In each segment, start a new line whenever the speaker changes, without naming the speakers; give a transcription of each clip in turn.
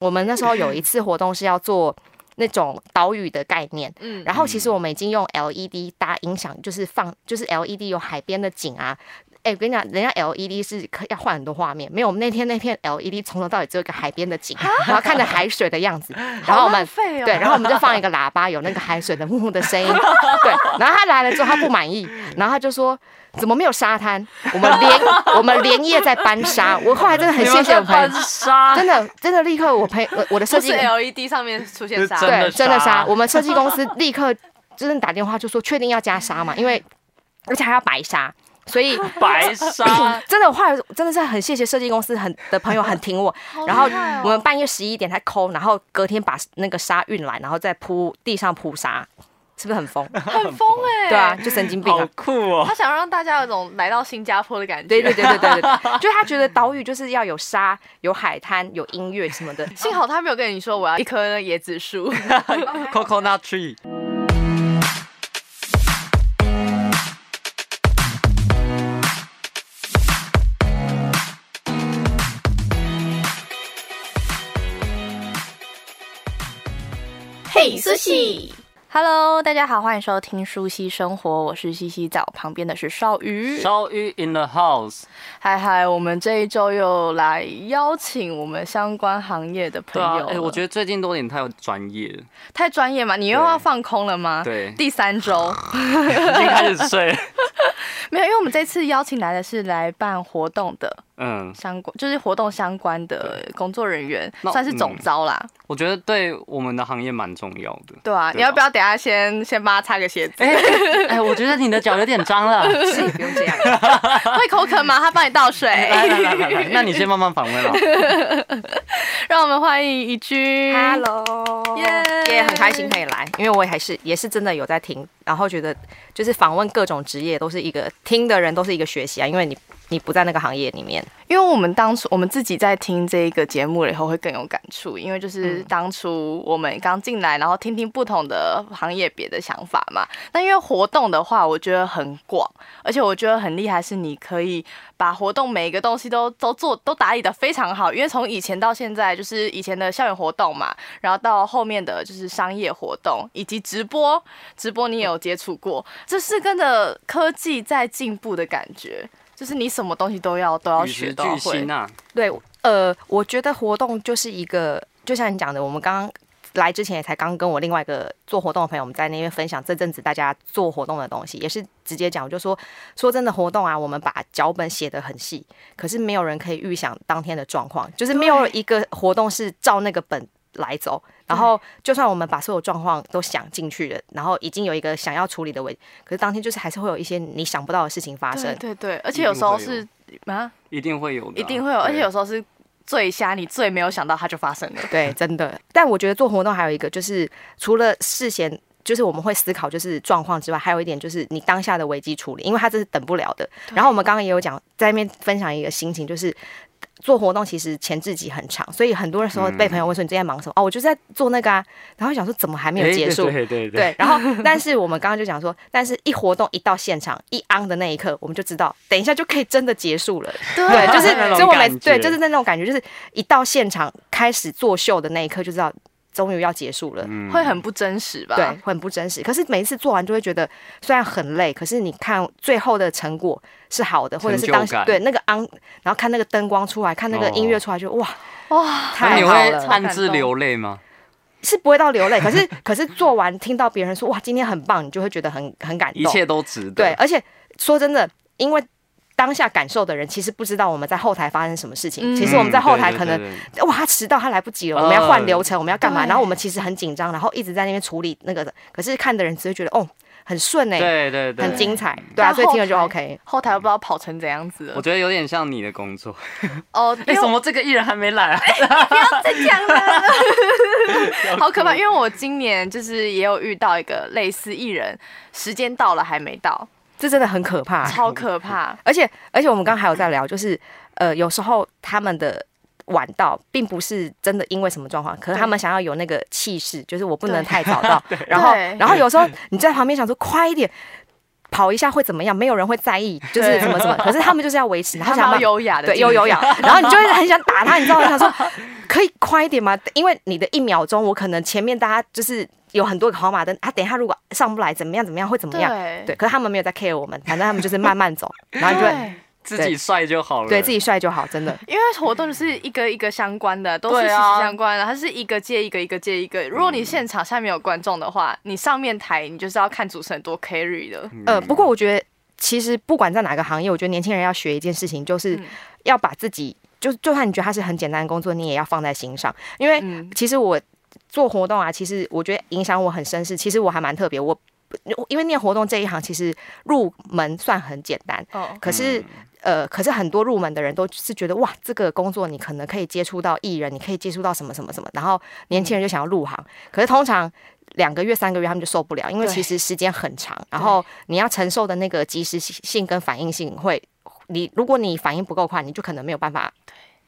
我们那时候有一次活动是要做那种岛屿的概念，
嗯
然后其实我们已经用 LED 搭音响，就是放就是 LED 有海边的景啊。哎、我跟你讲，人家 LED 是可要换很多画面，没有我们那天那片 LED 从头到尾只有一个海边的景，然后看着海水的样子，然后我们
费哦，
对，然后我们就放一个喇叭，有那个海水的木木的 声音。对，然后他来了之后，他不满意，
嗯
然后他就说：“怎么没有沙滩？我们连我们连夜在搬沙。”我后来真的很谢谢我朋友
喷，沙，
真的真的立刻我朋友我我的设
不
计
是哎 LED 上面出现沙，
真的
对真的
沙
沙，我们设计公司立刻真的打电话就说确定要加沙嘛，因为而且还要白沙，所以。
白 沙
真的，我后来真的是很谢谢设计公司很的朋友很挺我，然后
哦
我们半夜十一点才抠，然后隔天把那个沙运来，然后再铺地上铺沙，是不是很疯？
很疯哎、
对啊，，就神经病
好
啊！
酷哦！
他想让大家有种来到新加坡的感觉。
对对对对对对， 就是他觉得岛屿就是要有沙、有海滩、有音乐什么 的。
幸好他没有跟你说我要一棵椰子树。
Coconut tree，
嘿，苏西，
Hello，大家好，欢迎收听《舒西生活》， 我是西西早，旁边的是少鱼。
烧鱼 in the house。
嗨嗨，我们这一周又来邀请我们相关行业的朋
对啊
友，了。
哎，我觉得最近多点太专业了，
太专业嘛，你又
对
要放空了吗？
对
第三周
已经开始 睡了。
没有，因为我们这次邀请来的是来办活动的
嗯，
相关，就是活动相关的工作人员，
那
算是总招啦，
我觉得对我们的行业蛮重要的。
对啊，
对
你要不要等一下先 先帮他擦个鞋 子？
哎哎，我觉得你的脚有点脏 了。
是不用这样，
会口渴吗？他帮你倒水。
来来来 来来，那你先慢慢访问啊了。
让我们欢迎宜君。
Hello，
耶
也很开心可以来，因为我也还是也是真的有在听，然后觉得就是访问各种职业都是一个听的人都是一个学习啊，因为你你不在那个行业里面，
因为我们当初我们自己在听这一个节目了以后会更有感触，因为就是当初我们刚进来，然后听听不同的行业别的想法嘛。那因为活动的话，我觉得很广，而且我觉得很厉害是你可以把活动每一个东西都都做都打理的非常好，因为从以前到现在，就是以前的校园活动嘛，然后到后面的就是商业活动以及直播，直播你也有接触过，这是跟着科技在进步的感觉。就是你什么东西都要都要
与
学
时
都要
俱
会
进，啊！
对，呃，我觉得活动就是一个，就像你讲的，我们刚刚来之前也才刚跟我另外一个做活动的朋友，我们在那边分享这阵子大家做活动的东西，也是直接讲，我就说说真的，活动啊，我们把脚本写得很细，可是没有人可以预想当天的状况，就是没有一个活动是照那个本。来走，然后就算我们把所有状况都想进去了，然后已经有一个想要处理的位，可是当天就是还是会有一些你想不到的事情发生
对。对对，而且
一
有
定
时候
会
是啊，
一定会有的啊，
一定会有，而且
对
有时候是最瞎，你最没有想到它就发生了。
对，真的。但我觉得做活动还有一个就是，除了事先就是我们会思考就是状况之外，还有一点就是你当下的危机处理，因为它这是等不了的。然后我们刚刚也有讲，在那边分享一个心情，就是做活动其实前置期很长，所以很多的时
嗯
候被朋友问说你最近在忙什么？哦，我就是在做那个啊。然后想说怎么还没有
哎
结
对
束？
对对
对，然后但是我们刚刚就讲说，但是一活动一到现场一 on 的那一刻，我们就知道等一下就可以真的结束了。 对，就是
那种
所以我每
感觉
对就是那种感觉，就是一到现场开始作秀的那一刻就知道终于要结束了。
嗯
会很不真实吧？
对，很不真实。可是每一次做完就会觉得，虽然很累，可是你看最后的成果是好的，或者是
成就
当时
感
对那个 on，然后看那个灯光出来，看那个音乐出来就，哇，
哇，
那
太
你
好
会
了。
暗自流泪吗？
是不会到流泪，可是 可是做完听到别人说哇今天很棒，你就会觉得很很感动。
一切都值得。
对，，而且说真的，因为当下感受的人其实不知道我们在后台发生什么事情。
嗯
其实我们在后台可能、
对对对
哇，他迟到，他来不及了，
呃
我们
哦
要换流程，我们要干嘛？
对
然后我们其实很紧张，然后一直在那边处理那个的。可是看的人只会觉得哦，很顺哎、
对对对，
很精彩，对啊，
但
所以听了
后
就
台
OK。
后台不知道跑成怎样子
我
了。
觉得有点像你的工作。
哦，因
哎，
为
怎
我
么这个艺人还没来啊？
再讲了，好可怕。因为我今年就是也有遇到一个类似艺人，时间到了还没到，
这真的很可怕，
超可怕。
而且而且哎我们刚刚还有在聊，就是呃，有时候他们的晚到，并不是真的因为什么状况，可是他们想要有那个气势，就是我不能
对
太早到，然后
对
然后有时候你在旁边想说快一点。跑一下会怎么样？没有人会在意，就是
对
怎么怎么。可是他们就是要 维持，然后
他
想
蛮
要
优雅的，
对悠悠 痒，然后你就会很想打他，你知道吗？想说可以快一点吗？因为你的一秒钟，我可能前面大家就是有很多个跑马灯啊，等一下如果上不来怎么样怎么样会怎么样？
对
对，可是他们没有在 care 我 们，反正他们就是慢慢走，然后你就会
对。
自己帅就好了。
对自己帅就好，真的。
因为活动就是一个一个相关的，都是息
对
息
啊
相关的，它是一个接一个，一个接一个。如果你现场下面有观众的话，你上面台你就是要看主持人多 carry 的。
嗯
呃，不过我觉得其实不管在哪个行业，我觉得年轻人要学一件事情，就是
嗯
要把自己，就就算你觉得它是很简单的工作，你也要放在心上，因为
嗯，
其实我做活动啊，其实我觉得影响我很深是，其实我还蛮特别。我因为念活动这一行，其实入门算很简单，
哦，
可是、呃，可是很多入门的人都是觉得哇，这个工作你可能可以接触到艺人，你可以接触到什么什么什么，然后年轻人就想要入行，可是通常。两个月、三个月，他们就受不了，因为
对
其实时间很长，然后你要承受的那个及时性跟反应性会，你如果你反应不够快，你就可能没有办法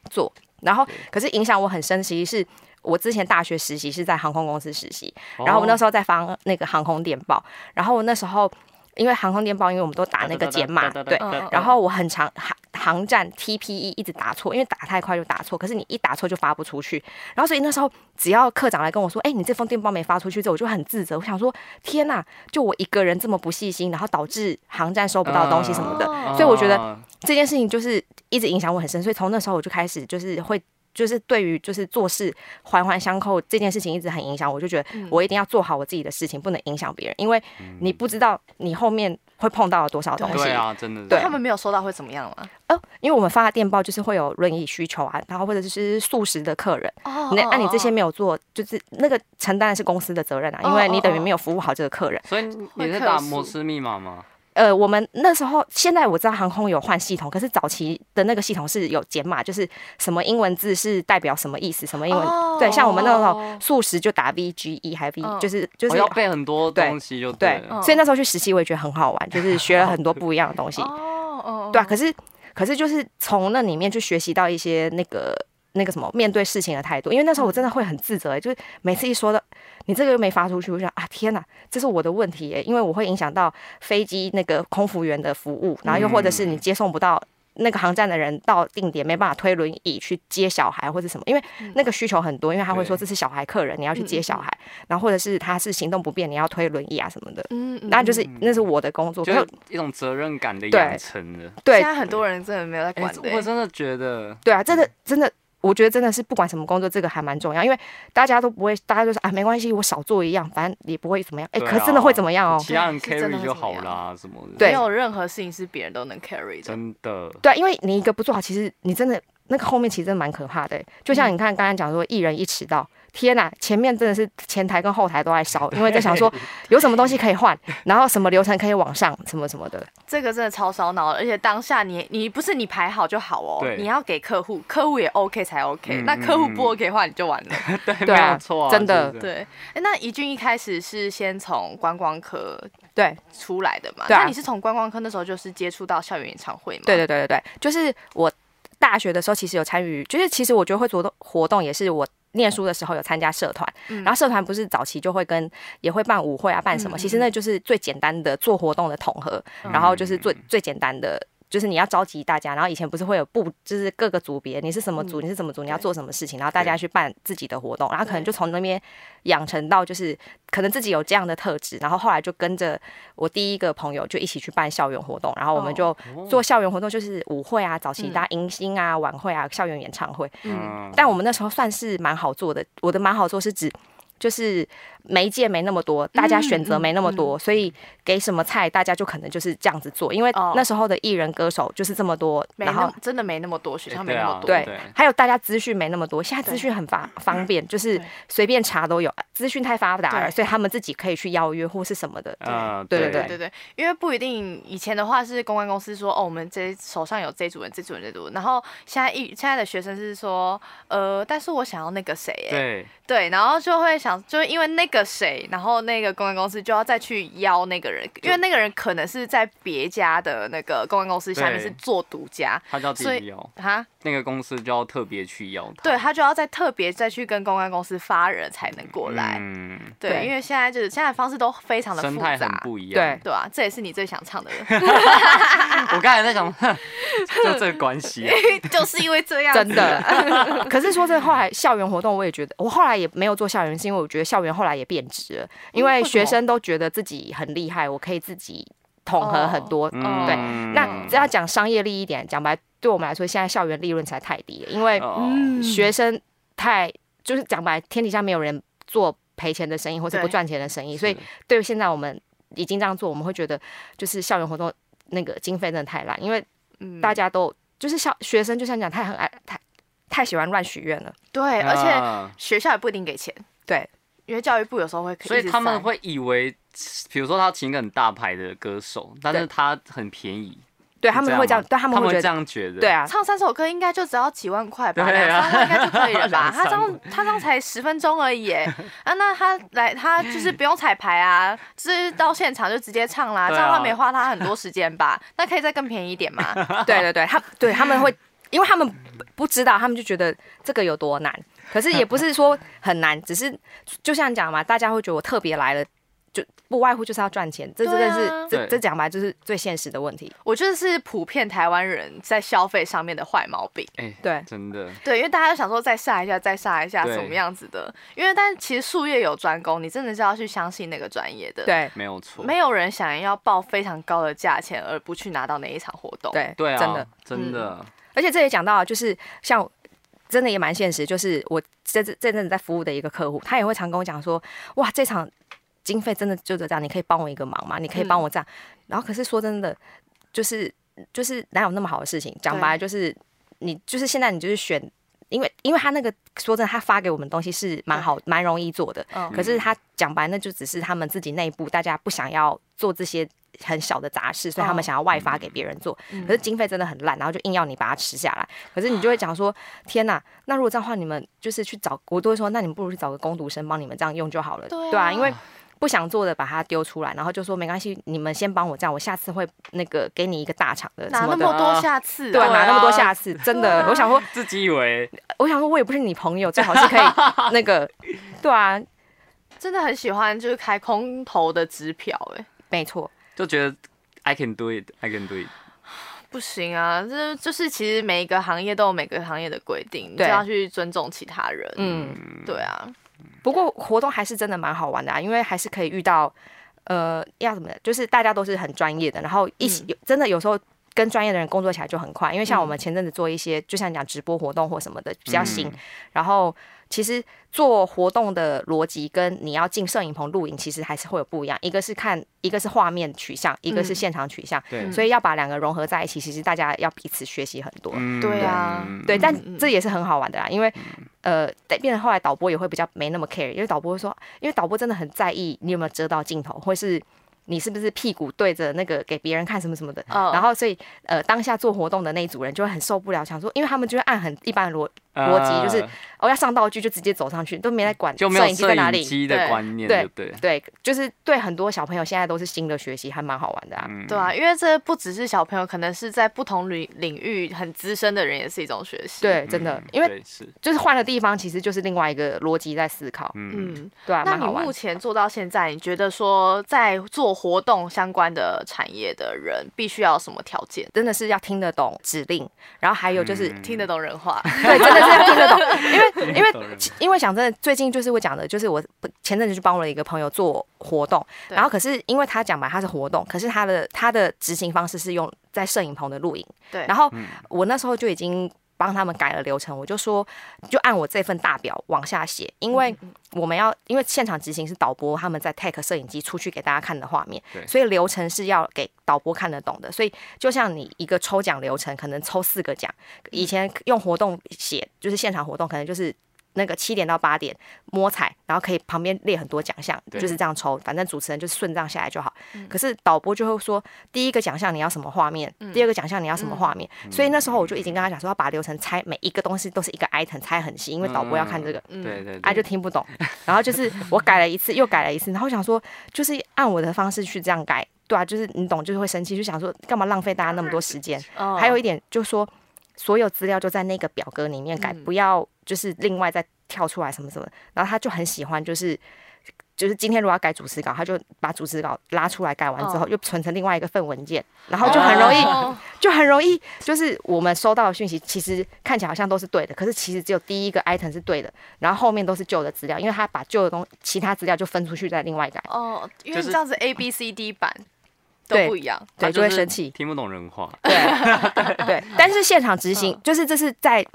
做。然后，可是影响我很深，其实是我之前大学实习是在航空公司实习，
哦
然后我那时候在发那个航空电报，然后我那时候因为航空电报，因为我们都打那个解码，啊对，
嗯
然后我很长航航站 TPE 一直打错，因为打太快就打错，可是你一打错就发不出去。然后所以那时候只要课长来跟我说，哎、你这封电报没发出去之后，我就很自责，我想说天呐，就我一个人这么不细心，然后导致航站收不到东西什么的。
哦
所以我觉得
哦
这件事情就是一直影响我很深，所以从那时候我就开始就是会。就是对于就是做事环环相扣这件事情一直很影响我，就觉得
嗯
我一定要做好我自己的事情，不能影响别人，因为你不知道你后面会碰到多少东西。
对啊，真的是
对
他们没有收到会怎么样吗？
哦，因为我们发的电报就是会有轮椅需求啊，然后或者是素食的客人，
哦
那那你这些没有做，就是那个承担的是公司的责任啊，因为
哦哦
你等于
哦
没有服务好这个客人。
所以你
会
是
客
打
诉
摩斯密码吗？
呃，我们那时候现在我知道航空有换系统，可是早期的那个系统是有解码，就是什么英文字是代表什么意思，什么英文、
哦
对，像我们那时候
哦
素食就打 V G E 还 V，、
嗯
就是就是
我哦要背很多东西就
对
了，
嗯
所以那时候去实习我也觉得很好玩，就是学了很多不一样的东西。
哦哦，
对啊，可是可是就是从那里面去学习到一些那个那个什么面对事情的态度，因为那时候我真的
嗯
会很自责、欸，就是每次一说到你这个又没发出去，我就想啊天哪，这是我的问题、欸，因为我会影响到飞机那个空服员的服务，然后又或者是
嗯
你接送不到。那个航站的人到定点没办法推轮椅去接小孩或者什么，因为那个需求很多，因为他会说
嗯对嗯
这是小孩客人，你要去接小孩，然后或者是他是行动不便，你要推轮椅啊什么的，
嗯，嗯，
那就是
嗯
那是我的工作。
就
可是
是一种责任感的
对
养成的。
对
现在很多人真的没有在
哎
管，的欸
我。真的觉得
对啊，真的真的，我觉得真的是不管什么工作，这个还蛮重要，因为大家都不会，大家就说啊，没关系，我少做一样，反正也不会怎么样。哎、
对啊
可是真的会怎么样哦？
其他人
是真的
carry
会
就
怎么
好
样
啦，什么的。
对
没有任何事情是别人都能 carry 的。
真的。
对啊，因为你一个不做好，其实你真的那个后面其实真的蛮可怕的、就
嗯
像你看刚才讲说，一人一迟到。天呐，前面真的是前台跟后台都在烧，因为在想说有什么东西可以换，然后什么流程可以往上，什么什么的。
这个真的超烧脑的，而且当下你你不是你排好就好哦，
对
你要给客户，客户也 OK 才 OK，、
嗯
那客户
嗯
不 OK 的话你就完了。
对啊
没有错啊，
真的
就是这样，
对，哎那怡君一开始是先从观光科
对，
出来的嘛？
对啊
那你是从观光科那时候就是接触到校园演唱会嘛？
对对对对对，就是我大学的时候其实有参与，就是其实我觉得会做的活动也是我。念书的时候有参加社团，然后社团不是早期就会跟也会办舞会啊，办什么？
嗯
其实那就是最简单的做活动的统合，
嗯
然后就是最最简单的，就是你要召集大家。然后以前不是会有部，就是各个组别，你是什么组，
嗯
你是什么组，你
对
要做什么事情，然后大家去办自己的活动，然后可能就从那边养成到就是可能自己有这样的特质，然后后来就跟着我第一个朋友就一起去办校园活动，然后我们
哦
就做校园活动，就是舞会啊，早期大家迎新啊、晚会啊、校园演唱会。
嗯，
嗯，
但我们那时候算是蛮好做的，我的蛮好做是指就是媒介没那么
嗯
多，大家选择没那么多，所以给什么菜大家就可能就是这样子做，因为
哦
那时候的艺人歌手就是这么多，
没
然
那
后
么真的没那么多，学校
哎
没
对
那么
啊
多。
对
对，
还有大家资讯没那么多，现在资
对嗯
讯很方方便，就是
对
随便查都有，资讯太发达了，
对
所以他们自己可以去邀约或是什么的。
嗯，
对
对对对，因为不一定以前的话是公关公司说哦，我们这手上有这组人、这组人、这组人，然后现在一现在的学生是说，呃，但是我想要那个谁、欸，
对，
对，然后就会想想，就是因为那个谁，然后那个公关公司就要再去邀那个人，因为那个人可能是在别家的那个公关公司下面
对
是做独家，
他叫哦自
所以
己邀，
哈，
那个公司就要特别去邀他。
对他就要再特别再去跟公关公司发人才能过来，
嗯，
对，
对
因为现在就是现在的方式都非常的
生
复
态很
杂，
不一样。
对啊，这也是你最想唱的，
我刚才在想，哼 就这个关 系啊、
就是因为这样，
真， 的。可是说这后来校园活动，我也觉得，我后来也没有做校园，是因为我觉得校园后来也变质了，因为
嗯为什么
学生都觉得自己很厉害，我可以自己统合很多。
嗯
对
嗯
那只要讲商业利益一点，讲白，对我们来说，现在校园利润才太低了，因为
哦
嗯
学生太就是讲白，天底下没有人做赔钱的生意或是不
对
赚钱的生意，
是
所以对于现在我们已经这样做，我们会觉得就是校园活动那个经费真的太烂，因为
嗯
大家都、就是校学生就像讲太很爱太太喜欢乱许愿了，
对，而且
啊
学校也不一定给钱，
对，
因为教育部有时候会，
所以他
一
们
直塞
会以为，比如说他请一个很大牌的歌手，但
对
是他很便宜，
对他们会这样，
吗
对他们会觉
这
得
样觉得，
对，啊，
唱三首歌应该就只要几万块吧，
对啊
两、 三万应该就可以了吧？
两
他
三
这样他这样才十分钟而已耶， 啊，那他来他就是不用彩排啊，就是到现场就直接唱啦，
对
这
啊
样的话没花他很多时间吧？ 那可以再更便宜一点吗？
对对对，他对他们会，因为他们不知道，他们就觉得这个有多难。可是也不是说很难， 只是就像讲嘛，大家会觉得我特别来了，就不外乎就是要赚钱，这真
对
的
啊
是、这
对
这讲白就是最现实的问题。
我觉得是普遍台湾人在消费上面的坏毛病。
哎、
对
真的，
对，因为大家都想说再下一下，再下一下
对
什么样子的？因为但其实术业有专攻，你真的是要去相信那个专业的。，
对
没有错，
没有人想要报非常高的价钱而不去拿到那一场活动。，
对
对啊，
真的。，嗯
真的，
而且这也讲到，啊就是像真的也蛮现实，就是我这这这阵子在服务的一个客户，他也会常跟我讲说，哇，这场经费真的就这样，你可以帮我一个忙吗？你可以帮我这样。然后可是说真的，就是就是哪有那么好的事情？讲白了就是你就是现在你就是选。因为，因为他那个说真的，他发给我们的东西是蛮好、蛮容易做的。
嗯
可是他讲白，那就只是他们自己内部大家不想要做这些很小的杂事，所以他们
哦
想要外发给别人做。
嗯
可是经费真的很烂，然后就硬要你把它吃下来。可是你就会讲说，天呐，那如果这样的话，你们就是去找，我都会说，那你们不如去找个工读生帮你们这样用就好了，
对啊
因为。不想做的把它丢出来，然后就说没关系，你们先帮我这样，我下次会那个给你一个大厂的
哪
什么
那
的
的，
么多
啊
下次、啊？
对，拿那么多
对啊
下次，真的，我想说，
自己以为
我想说我也不是你朋友，最好是 可以那个，对啊，
真的很喜欢就是开空头的支票、欸，
没错，
就觉得 I can do it, I can do it，
不行啊，这就是其实每一个行业都有每个行业的规定，你就
对
要去尊重其他人。
嗯，
对啊，
不过活动还是真的蛮好玩的啊，因为还是可以遇到，呃，要怎么，就是大家都是很专业的，然后一
嗯
起、有真的有时候跟专业的人工作起来就很快，因为像我们前阵子做一些，就像你讲直播活动或什么的比较新，
嗯
然后其实做活动的逻辑跟你要进摄影棚录影其实还是会有不一样，一个是看，一个是画面取向，一个是
嗯
现场取向，
对，
所以要把两个融合在一起，其实大家要彼此学习很多。
嗯
对啊
对，但
嗯
这也是很好玩的啦，因为呃，但变成后来导播也会比较没那么 care，因为导播会说，因为导播真的很在意你有没有遮到镜头，或是你是不是屁股对着那个给别人看什么什么的。
嗯
然后所以呃，当下做活动的那一组人就会很受不了，想说，因为他们就会按很一般的逻，逻辑就是
啊
哦要上道具就直接走上去，都没在管
就没有
摄影机在哪里。
机的
对
观念，
对
对不对？
对，就是对很多小朋友现在都是新的学习，还蛮好玩的啊。
嗯
对啊，因为这不只是小朋友，可能是在不同领领域很资深的人也是一种学习。，
对，真的，因为
嗯对是，
就是换了地方，其实就是另外一个逻辑在思考，
嗯，
嗯，
对啊，
那
蛮
你
好玩
目。前做到现在，你觉得说在做活动相关的产业的人，必须要有什么条件？
真的是要听得懂指令，然后还有就是，
嗯
听得懂人话，
对，真的是要听 得懂，因为因
懂
为
人
因为讲真的，最近就是我讲的，就是我前阵子去帮我的一个朋友做活动，
对
然后可是因为他讲嘛，他是活动，可是他的他的执行方式是用在摄影棚的录影，
对，
然后
嗯
我那时候就已经帮他们改了流程，我就说就按我这份大表往下写，因为我们要因为现场执行是导播他们在 take 摄影机出去给大家看的画面，
对
所以流程是要给导播看得懂的。所以就像你一个抽奖流程，可能抽四个奖，以前用活动写就是现场活动，可能就是。那个七点到八点摸彩，然后可以旁边列很多奖项，
对
就是这样抽，反正主持人就是顺账下来就好。可是导播就会说，第一个奖项你要什么画面，第二个奖项你要什么画面，
嗯
所以那时候我就已经跟他讲说，要把流程拆，每一个东西都是一个 item 拆很细，因为导播要看这个。
嗯对对，
啊，就听不懂。然后就是我改了一次，又改了一次，然后想说，就是按我的方式去这样改，对啊，就是你懂，就是会生气，就想说干嘛浪费大家那么多时间？
哦
还有一点就是说，所有资料就在那个表格里面改，
嗯
不要就是另外再跳出来什么什么。然后他就很喜欢，就是。就是今天如果要改主持稿，他就把主持稿拉出来改完之后，
哦
又存成另外一个份文件，然后就很容易
哦
就很容易，就是我们收到的讯息，其实看起来好像都是对的，可是其实只有第一个 item 是对的，然后后面都是旧的资料，因为他把旧的东其他资料就分出去再另外改，
哦，因
就
为
是
这样子 A B C D 版
嗯
都
对
不一样，
对，
他
就会生气，
听不懂人话。
对 对。但是现场执行
嗯，
就是这是在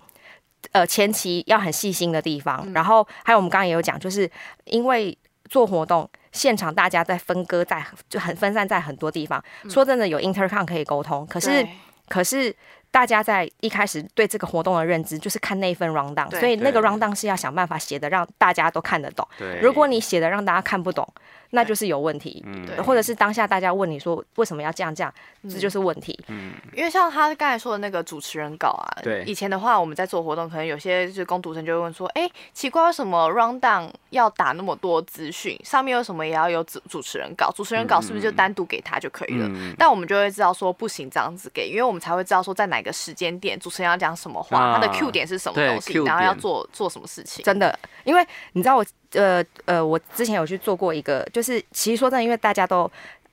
呃前期要很细心的地方，
嗯
然后还有我们刚刚也有讲，就是因为做活动。现场大家在分割在就很分散在很多地方，说真的有 intercom 可以沟通，可是
嗯对
可是大家在一开始对这个活动的认知就是看那一份 round down，
对
所以那个
对
round down 是要想办法写的让大家都看得懂。
对，
如果你写的让大家看不懂，那就是有问题。
嗯
对
或者是当下大家问你说为什么要这样这样，这就是问题。
嗯
因为像他刚才说的那个主持人稿啊，
对
以前的话我们在做活动，可能有些就是工读生就会问说，哎、奇怪，为什么 round down 要打那么多资讯？上面有什么也要有主主持人稿？主持人
嗯
稿是不是就单独给他就可以了？
嗯
但我们就会知道说不行，这样子给，因为我们才会知道说在哪个时间点主持人要讲什么话，
啊
他的 Q 点是什么
对
东西，
Q
然后要
点
做做什么事情。
真的，因为你知道我呃呃，我之前有去做过一个，就是其实说真的，因为大家都。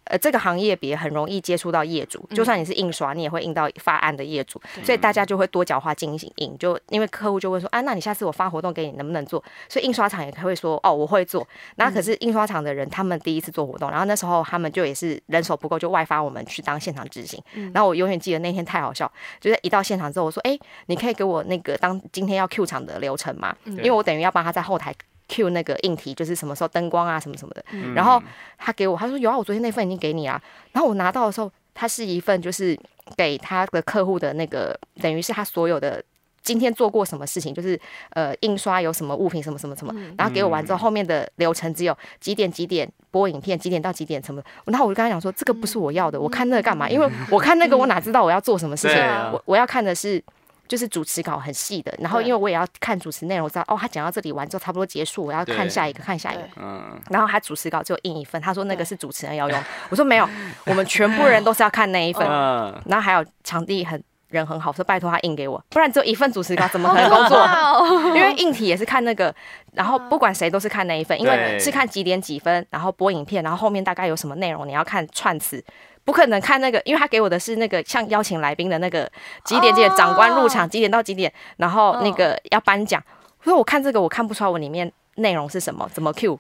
呃，这个行业别很容易接触到业主，就算你是印刷，你也会印到发案的业主，所以大家就会多角化经营。就因为客户就问说，啊，那你下次我发活动给你能不能做？所以印刷厂也会说，哦，我会做。那可是印刷厂的人，他们第一次做活动，然后那时候他们就也是人手不够，就外发我们去当现场执行。然后我永远记得那天太好笑，就是一到现场之后，我说，哎、你可以给我那个当今天要 Q 场的流程吗？
嗯
因为我等于要帮他在后台 Q 那个硬体，就是什么时候灯光啊什么什么的。
嗯
然后他给我，他说有啊，我昨天那份已经给你啊。然后我拿到的时候，它是一份就是给他的客户的那个，等于是他所有的。今天做过什么事情？就是呃，印刷有什么物品，什么什么什么，
嗯
然后给我完之
嗯
后，后面的流程只有几点几点播影片，几点到几点什么。然后我就跟他讲说，这个不是我要的，我看那个干嘛？因为我看那个，我哪知道我要做什么事情
对？啊
我我要看的是就是主持稿很细的，然后
对
因为我也要看主持内容，知道哦，他讲到这里完之后差不多结束，我要看
对
下一个，看下一个
对。
嗯，
然后他主持稿只有印一份，他说那个
对
是主持人要用，我说没有，我们全部人都是要看那一份。
嗯
然后还有场地很人很好，说拜托他印给我，不然只有一份主持稿怎么
好
可能工
可
作？
怕哦
因为硬体也是看那 个，然后不管谁都是看那一份，因为
对
是看几点几分，然后播影片，然后后面大概有什么内容，你要看串词。不可能看那个，因为他给我的是那个像邀请来宾的那个几点几点
哦
长官入场，几点到几点，然后
嗯
那个要颁奖。所以我看这个我看不出来我里面内容是什么，怎么 Q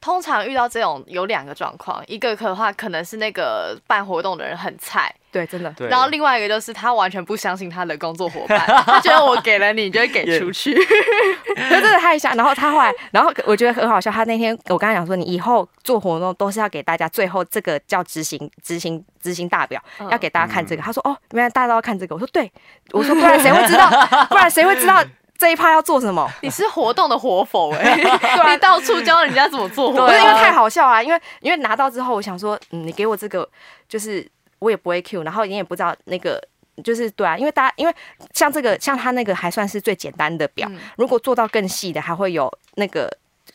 通常遇到这种有两个状况，一个的话可能是那个办活动的人很菜，
对，真的
对，
然后另外一个就是他完全不相信他的工作伙伴，他觉得我给了你，你就会给出去。
可是真的太像。然后他后来，然后我觉得很好笑。他那天我跟他讲说，你以后做活动都是要给大家最后这个叫执行执行执行大表，
嗯
要给大家看这个。他说哦，原来大家都要看这个。我说对，我说不然谁会知道？不然谁会知道这一趴要做什么？
你是活动的活否 哎、你到处教人家怎么做活动，
啊不是因为太好笑啊，因为因为拿到之后，我想说，嗯，你给我这个，就是我也不会 Q，然后你也不知道那个。就是对啊，因为大家因为像这个像他那个还算是最简单的表，如果做到更细的，还会有那个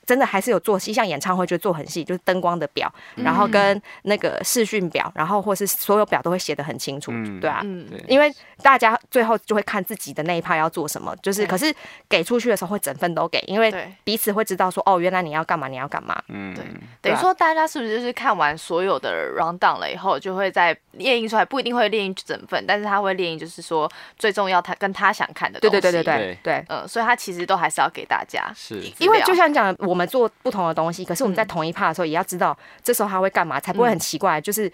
真的还是有做细，像演唱会就做很细，就是灯光的表，然后跟那个视讯表，然后或是所有表都会写的很清楚，
嗯
对啊，
嗯
对
因为大家最后就会看自己的那一趴要做什么，就是
对
可是给出去的时候会整份都给，因为
对。
彼此会知道说哦，原来你要干嘛，你要干嘛，
嗯
对
对
等
啊
于说，大家是不是就是看完所有的 round down 了以后，就会在列印出来？不一定会列印整份，但是他会列印，就是说最重要他跟他想看的
对
东西。
对对对对
对
对。
嗯，所以他其实都还是要给大家。
是
因为
资料
就像讲，我们做不同的东西，可是我们在
嗯
同一趴的时候，也要知道这时候他会干嘛，才不会很奇怪。就是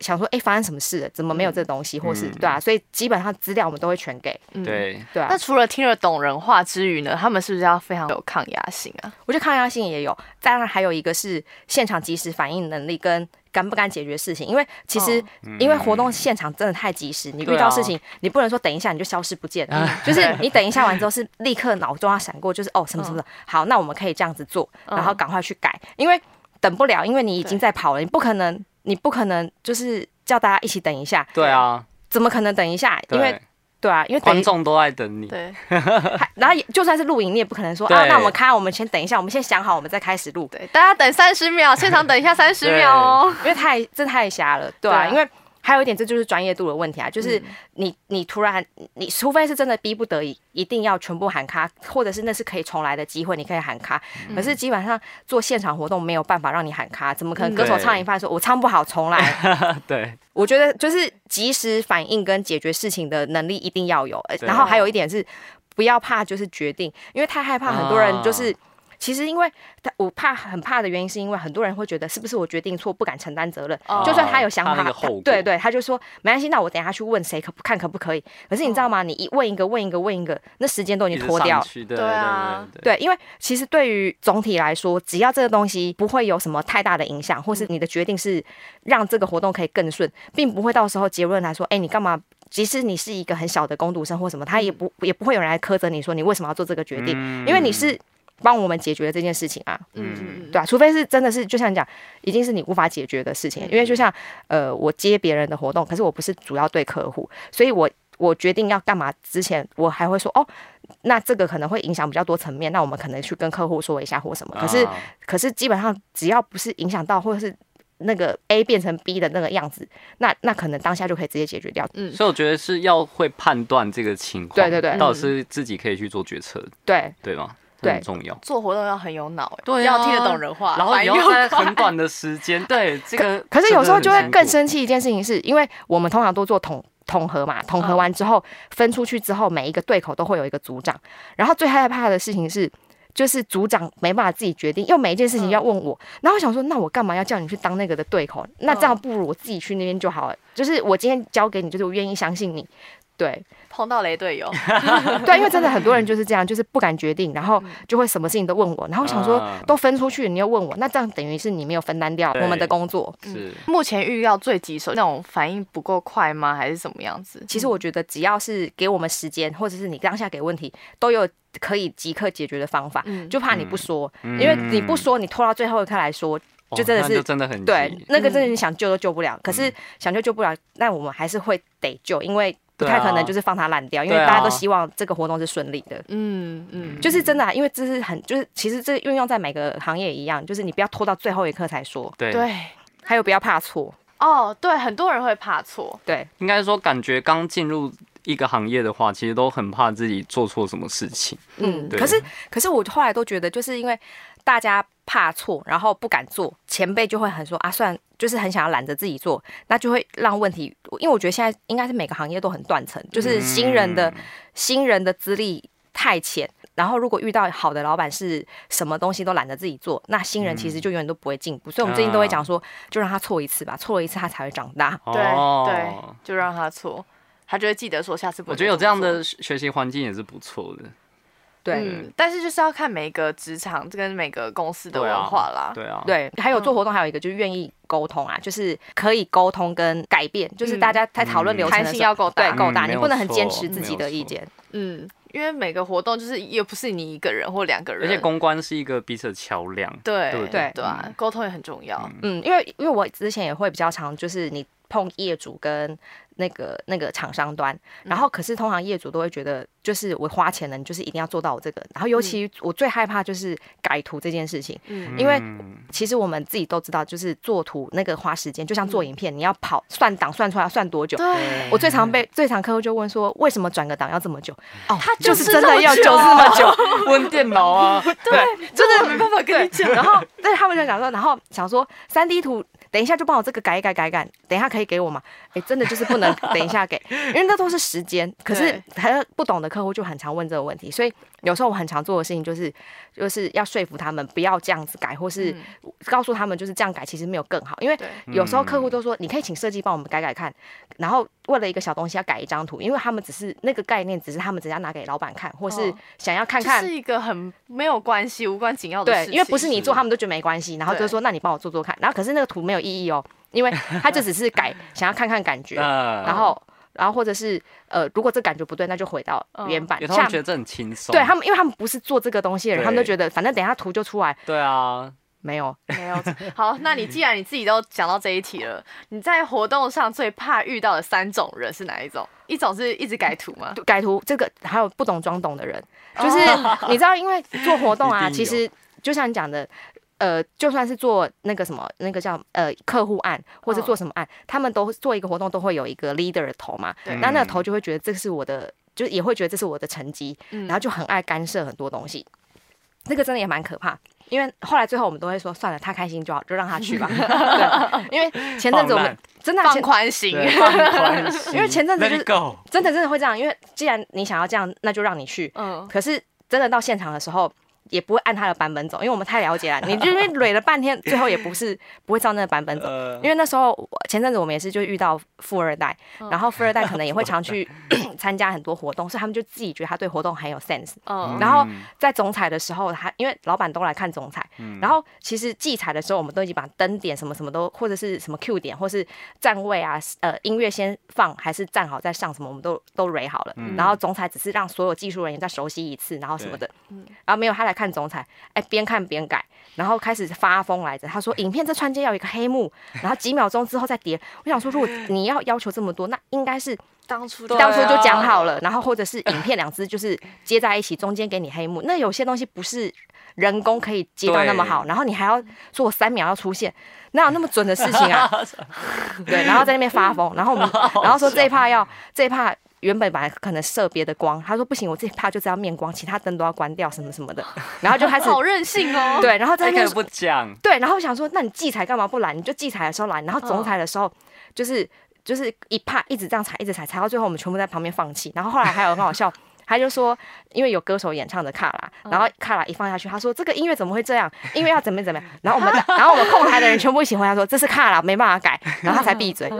想说，哎、发生什么事了？怎么没有这东西？或是
嗯
对啊，所以基本上资料我们都会全给。
嗯。
对，
对啊
那，除了听得懂人话之余呢，他们是不是要非常有抗压性啊？
我觉得抗压性也有，当然还有一个是现场及时反应能力跟敢不敢解决事情，因为其实、
哦
嗯
嗯
因为活动现场真的太及时，你
对
遇
啊
到事情、你不能说等一下你就消失不见了，就是你等一下完之后是立刻脑中要闪过，就是哦什么什么
嗯
的，好，那我们可以这样子做，然后赶快去改，因为等不了，因为你已经在跑了，你不可能你不可能就是叫大家一起等一下，
对啊，
怎么可能等一下？因为
对，
对啊，因为等
观
一
众都在等你，
对
还然后也就算是录影，你也不可能说啊，
对
那我们开，我们先等一下，我们先想好，我们再开始录。
对，大家等三十秒，现场等一下三十秒哦。
因为太这太瞎了，对啊，
对啊
因为还有一点，这就是专业度的问题啊，就是你、你突然你除非是真的逼不得已，一定要全部喊卡，或者是那是可以重来的机会，你可以喊卡。可是基本上做现场活动没有办法让你喊卡，怎么可能
嗯
歌手
对
唱一半说我唱不好重来？
对，
我觉得就是及时反应跟解决事情的能力一定要有，呃
对啊
然后还有一点是不要怕就是决定，因为太害怕，很多人就是。
啊
其实，因为他我怕很怕的原因，是因为很多人会觉得是不是我决定错，不敢承担责任。
哦
就算他有想
怕
法，
那个后果
对对，他就说没关系，那我等一下去问谁可不看可不可以。可是你知道吗？你一问一个问一个问一个，那时间都已
哦一
经
直
拖
上
掉了。
去，对
对啊
对对
对，因为其实对于总体来说，只要这个东西不会有什么太大的影响，或
嗯
是你的决定是让这个活动可以更顺，并不会到时候结论来说，哎，你干嘛？即使你是一个很小的工读生或什么，他也不也不会有人来苛责你说你为什么要做这个决定，
嗯
因为你是帮我们解决了这件事情啊。
嗯，
对啊，除非是真的是，就像你讲，已经是你无法解决的事情。因为就像呃，我接别人的活动，可是我不是主要对客户，所以我我决定要干嘛之前，我还会说哦，那这个可能会影响比较多层面，那我们可能去跟客户说一下或什么。可是、
啊
可是基本上只要不是影响到或者是那个 A 变成 B 的那个样子，那那可能当下就可以直接解决掉。
嗯，
所以我觉得是要会判断这个情况，
对对对
到底是自己可以去做决策，
对
对吗？这
对
很重要。
做活动要很有脑、欸，
对啊
要听得懂人话，
然后
反
也
应
要在
快
很短的时间， 对这个
可是有时候就会更
深。
生气一件事情是，因为我们通常都做统统合嘛，统合完之后分出去之后，每一个对口都会有一个组长。然后最害怕的事情是，就是组长没办法自己决定，又每一件事情要问我。然后我想说，那我干嘛要叫你去当那个的对口？那这样不如我自己去那边就好了。就是我今天交给你，就是我愿意相信你。 对
碰到雷队友，
对，因为真的很多人就是这样，就是不敢决定，然后就会什么事情都问我。然后我想说
啊，
都分出去，你又问我，那这样等于是你没有分担掉我们的
对
工作。
是
目前遇到最棘手那种反应不够快吗？还是怎么样子？
其实我觉得，只要是给我们时间，或者是你当下给问题，都有可以即刻解决的方法。
嗯
就怕你不说，
嗯
因为你不说，你拖到最后一刻来说，
哦
就真的
那
是
就真的很
对
急，
那个真的你想救都救不了。可
嗯
是想救救不了，那我们还是会得救，因为不太可
对
能
啊
就是放它烂掉，因为
对啊
大家都希望这个活动是顺利的。
嗯嗯，
就是真的、啊，因为这是很就是，其实这运用在每个行业一样，就是你不要拖到最后一刻才说，
对
对
还有不要怕错，
哦，对，很多人会怕错，
对
应该说感觉刚进入一个行业的话，其实都很怕自己做错什么事情。
嗯，
对
可是可是我后来都觉得，就是因为大家怕错，然后不敢做，前辈就会很说啊，算就是很想要懒着自己做，那就会让问题，因为我觉得现在应该是每个行业都很断层，就是新人的、
嗯
新人的资历太浅。然后，如果遇到好的老板是什么东西都懒得自己做，那新人其实就永远都不会进步。所以，我们最近都会讲说，就让他错一次吧，错了一次他才会长大。
对、
哦
对，就让他错，他就会记得说下次不。
我觉得有这样的，学习环境也是不错的。
对、
嗯，但是就是要看每个职场跟每个公司的
对
文
啊
化啦。
对啊，
对，还
嗯
有做活动，还有一个就是愿意沟通啊，就是可以沟通跟改变，就是大家在讨论流程
嗯弹
的
性
时候，
要够
对
大，
够大，
嗯
你
没有
不能很
错
坚持自
没
己
有
的意
错
见。
嗯，因为每个活动就是也不是你一个人或两个人，
而且公关是一个彼此的桥梁。
对
对不嗯
对
对啊，沟通也很重要。
嗯，因为因为我之前也会比较常就是你碰业主跟那个那个厂商端，然
嗯
后可是通常业主都会觉得，就是我花钱了，你就是一定要做到我这个。然后尤其我最害怕就是改图这件事情，
嗯
因为
嗯
其实我们自己都知道，就是做图那个花时间，就像
嗯
做影片，你要跑算档算出来要算多久。
对，
我最常被最常客户就问说，为什么转个档要这么久？哦，他
就
就是是真的要
这
就
么久啊
是这么久，
问电脑 啊，对，
真的没办法跟你讲。
然后对他们就想说，然后想说三 D 图。等一下就帮我这个改一改改一改，等一下可以给我吗？哎，真的就是不 能等一下给，因为那都是时间。可是还不懂的客户就很常问这个问题，所以有时候我很常做的事情就是就是要说服他们不要这样子改，或
嗯
是告诉他们就是这样改其实没有更好，因为
对
有时候客户
嗯
都说你可以请设计帮我们改改看，然后为了一个小东西要改一张图，因为他们只是那个概念，只是他们只要拿给老板看，或是
哦
想要看
这
看。
是一个很没有关系、无关紧要的事
对，
情。
因为不是你
是
做，他们都觉得没关系，然后就
对
说那你帮我做做看，然后可是那个图没有意义哦，因为他就只是 改想要看看感觉，
那
然后然后或者是呃，如果这感觉不对，那就回到原版
嗯因为。他
像
们觉得这很轻松，
对他们，因为他们不是做这个东西的人，
对
他们都觉得反正等一下图就出来，
对啊，
没有
没有。好，那你既然你自己都讲到这一题了，你在活动上最怕遇到的三种人是哪一种？一种是一直改图吗？
改图这个还有不懂装懂的人，
哦
就是 你知道，因为做活动啊，
一定
其
有
实就像你讲的。呃，就算是做那个什么，那个叫呃客户案，或者
嗯
做什么案，他们都做一个活动，都会有一个 leader 的头嘛。
对
那那
嗯
个头就会觉得这是我的，就也会觉得这是我的成绩，
嗯
然后就很爱干涉很多东西。这个真的也蛮可怕，因为后来最后我们都会说，算了，他开心就好，就让他去 吧。对，因为前阵子我
放
们
烂
真的啊
放
前
宽心。
对放宽 心
因为前阵子就是
Let it go
真的真的会这样，因为既然你想要这样，那就让你去。
嗯，
可是真的到现场的时候，也不会按他的版本走，因为我们太了解了。你就因为蕊了半天，最后也不是不会照那个版本走。
呃
因为那时候我前阵子我们也是就遇到富二代，然后富二代可能也会常去 参加很多活动，所以他们就自己觉得他对活动很有 sense。
嗯，
然后在总裁的时候，他因为老板都来看总裁，
嗯
然后其实季采的时候，我们都已经把灯点什么什么都，或者是什么 Q 点，或是站位啊，呃，音乐先放还是站好再上什么，我们都都 r 好了。然后总裁只是让所有技术人员再熟悉一次，然后什么的，然后没有他来看总裁，哎，边看边改，然后开始发疯来着。他说影片这穿接要有一个黑幕，然后几秒钟之后再叠。我想说，如果你要要求这么多，那应该是
当初
当初就讲好了，然后或者是影片两只就是接在一起，中间给你黑幕。那有些东西不是人工可以接到那么好，然后你还要做三秒要出现，哪有那么准的事情啊？对，然后在那边发疯，然后我们然后说这一趴要这一趴。原本本来可能射别的光，他说不行，我这一趴就是要面光，其他灯都要关掉，什么什么的，然后就开始
好任性哦。，
对，然后在
他
那边
可以不讲，
对，然后我想说，那你季采干嘛不来？你就季采的时候来，然后总采的时候就是、就是一怕一直这样采，一直采，采到最后我们全部在旁边放弃。然后后来还有很好笑，他就说，因为有歌手演唱的卡拉，嗯然后卡拉一放下去，他说这个音乐怎么会这样？音乐要怎么怎么样？然后我们 的然后我们控台的人全部一起回答说这是卡拉，没办法改，然后他才闭嘴。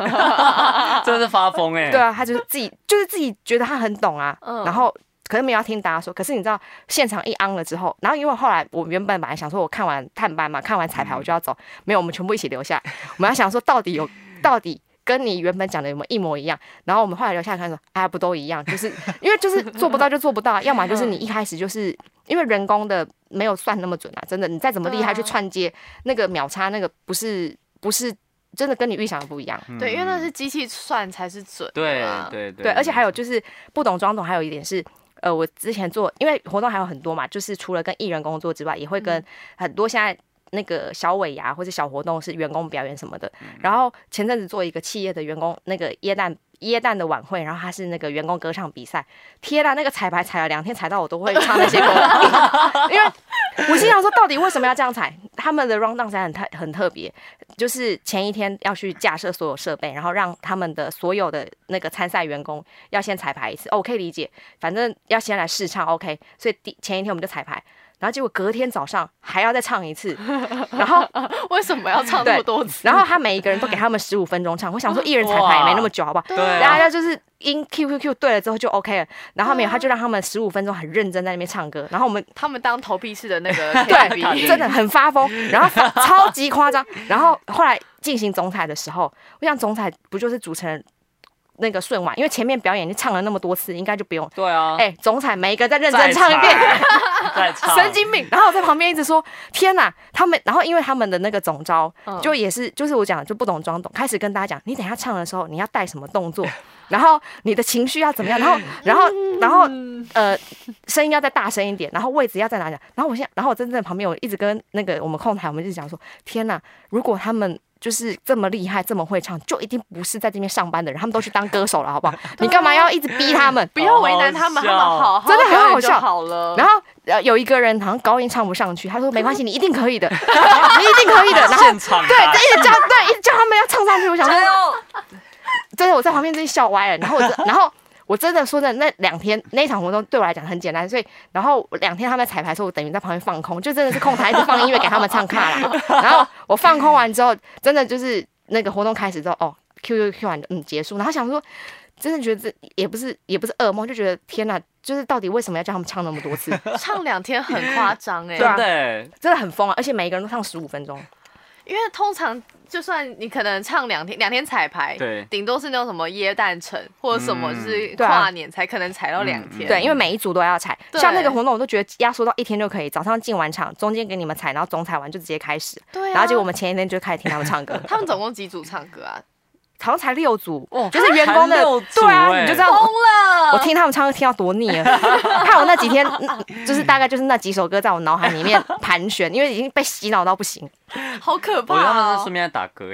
真的是发疯哎，
啊对啊，他就是自己就是自己觉得他很懂啊，
嗯
然后。可是没有要听大家说，可是你知道现场一昂了之后，然后因为后来我原本本来想说，我看完探班嘛，看完彩排我就要走，没有，我们全部一起留下来，我们要想说到底有到底跟你原本讲的有没有一模一样，然后我们后来留下来看说，哎呀，不都一样，就是因为就是做不到就做不到，啊要么就是你一开始就是因为人工的没有算那么准啊，真的，你再怎么厉害去
对啊
串接那个秒差，那个不是不是真的跟你预想的不一样。
嗯
对，因为那是机器算才是准
对
的啊。
对对
对，而且还有就是不懂装懂，还有一点是。呃，我之前做，因为活动还有很多嘛，就是除了跟艺人工作之外，也会跟很多现在那个小尾牙或者小活动是员工表演什么的。然后前阵子做一个企业的员工那个椰蛋椰蛋的晚会，然后他是那个员工歌唱比赛，天呐，那个彩排踩了两天，踩到我都会唱那些歌，因为我心想说，到底为什么要这样踩？他们的 round down 才很特很特别，就是前一天要去架设所有设备，然后让他们的所有的那个参赛员工要先彩排一次。哦，我可以理解，反正要先来试唱，OK。所以第前一天我们就彩排，然后结果隔天早上还要再唱一次，然后
为什么要唱那么多次？
然后他每一个人都给他们十五分钟唱。我想说，一人彩排也没那么久，好不好？
对
大
啊，
家就是音 Q Q Q 对了之后就 OK 了，然后没有他就让他们十五分钟很认真在那边唱歌，然后我们
他们当投币式的那个
对，
KTV
真的很发疯，然后发 超级夸张。然后后来进行总彩的时候，我想总彩不就是主持人那个顺完，因为前面表演已经唱了那么多次，应该就不用。
对啊，
哎、总彩每一个再认
再
真唱一 遍，
踩，再唱，
神经病。然后我在旁边一直说：“天哪！”他们，然后因为他们的那个总招，
嗯
就也是就是我讲的就不懂装懂，开始跟大家讲，你等一下唱的时候你要带什么动作，然后你的情绪要怎么样，然后然后然后呃声音要再大声一点，然后位置要在哪里。然后我现在，然后我真正旁边我一直跟那个我们控台我们一直讲说：“天哪！如果他们。”就是这么厉害、这么会唱，就一定不是在这边上班的人，他们都去当歌手了，好不好？你干嘛要一直逼他们？
不要为难他们，他们好好
真的很
表演
好
就
笑
好了。
然后呃有一个人好像高音唱不上去，他说没关系，你一定可以的，你一定可以的。然 后
现场
对，
答
一直叫对，一直叫他们要唱上去，我想说，
哦
哦
真的我在旁边真的笑歪了。然后我真，然后我真的说真 的，那两天那一场活动对我来讲很简单，所以然后我两天他们在彩排的时候，我等于在旁边放空，就真的是空台一直放音乐给他们唱卡啦。然后我放空完之后，真的就是那个活动开始之后，哦，Q Q Q 完嗯结束，然后想说。真的觉得这也不是也不是噩梦，就觉得天哪，就是到底为什么要叫他们唱那么多次？
唱两天很夸张哎，
对啊
真的欸，
真的很疯啊！而且每一个人都唱十五分钟，
因为通常就算你可能唱两天，两天彩
哎
排，
对
顶多是那种什么椰蛋城或者什么，
嗯
就是
对啊
跨年才可能踩到两天。
对，因为每一组都要踩。
对
像那个活动，我都觉得压缩到一天就可以，早上进完场，中间给你们踩，然后总踩完就直接开始。
对啊
然后结果我们前一天就开始听他们唱歌，
他们总共几组唱歌啊？
好像才六组，
哦
就是员工的
才六，组
对啊，
欸
你就知道
疯
我。
了！
我听他们唱歌听到多腻了，害我那几天嗯就是大概就是那几首歌在我脑海里面盘旋，因为已经被洗脑到不行。
好可
我觉得
怕
他们是顺
哦！
便在打歌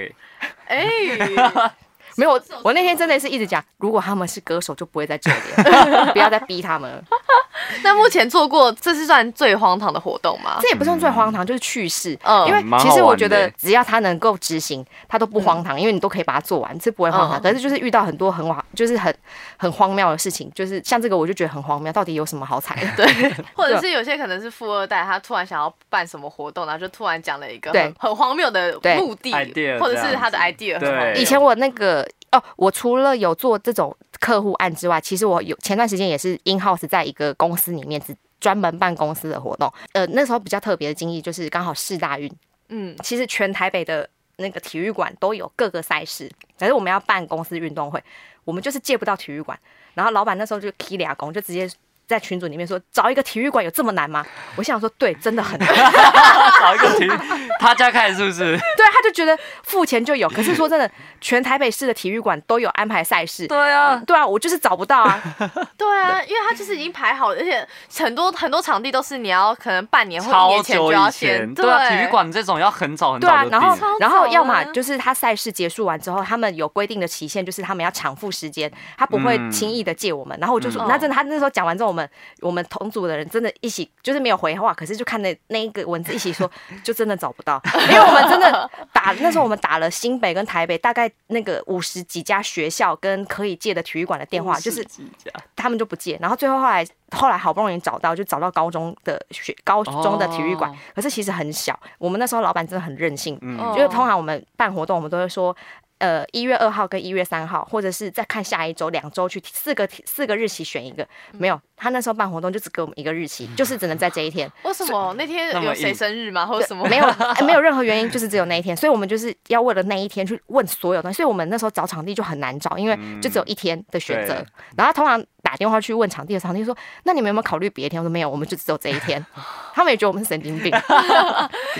哎，
哎，
没有，我我那天真的是一直讲，如果他们是歌手就不会在这里了，不要再逼他们了。
那目前做过，这是算最荒唐的活动吗？
这也不算最荒唐，就是趣事。
嗯
因为
哦蛮好
其实我
玩
觉
的嗯
得只要他能够执行，他都不荒唐，因为你都可以把它做完，是不会荒唐。
嗯
可是就是遇到很多很荒，就是很很荒谬的事情，就是像这个我就觉得很荒谬，到底有什么好踩 的？
或者是有些可能是富二代，他突然想要办什么活动，然后就突然讲了一个
对
很很荒谬的
对
目的
idea，，
或者是他的
这样
idea 很
对
荒 谬
以前我那个哦，我除了有做这种客户案之外，其实我有前段时间也是 in house 在一个公司里面只专门办公司的活动。呃，那时候比较特别的经历就是刚好世大运，
嗯，
其实全台北的那个体育馆都有各个赛事，可是我们要办公司运动会，我们就是借不到体育馆。然后老板那时候就 K 俩工，就直接在群组里面说，找一个体育馆有这么难吗？我心想说，对，真的很难。
找一个体育，他家开的是不是？
对，他就觉得付钱就有，可是说真的，全台北市的体育馆都有安排赛事。
对啊，
对啊，我就是找不到啊。
对啊，因为他就是已经排好了，而且很多很多场地都是你要可能半
哎
年或一
超
年前就
久
要
以
先
前，对啊，体育馆这种要很早很
对啊
早，就
然后
定
超
然后
早
要么
啊
就是他赛事结束完之后，他们有规定的期限，就是他们要偿付时间，他不会
嗯
轻易的借我们。然后我就说
嗯，
那真的，他那时候讲完之后，我们我们同组的人真的一起就是没有回话，可是就看那那一个文字一起说，就真的找不 到，因为我们真的打那时候我们打了新北跟台北大概那个五十几家学校跟可以借的体育馆的电话，就是他们就不借，然后最后后来后来好不容易找到，就找到高中的学高中的体育馆，
哦
可是其实很小。我们那时候老板真的很任性，
嗯
哦
就是通常我们办活动，我们都会说。呃，一月二号跟一月三号，或者是再看下一周、两周去四个四个日期选一个。
嗯
没有，他那时候办活动就只给我们一个日期，就是只能在这一 天。
为什么那天
那么
有谁
硬
生日吗？或者什么？
没有、哎没有任何原因，就是只有那一天，所以我们就是要为了那一天去问所有东西，所以我们那时候找场地就很难找，因为就只有一天的选择。
嗯对
然后通常打电话去问场地的场地说：“那你们有没有考虑别的天？”我说：“没有，我们就只有这一天。”他们也觉得我们是神经病。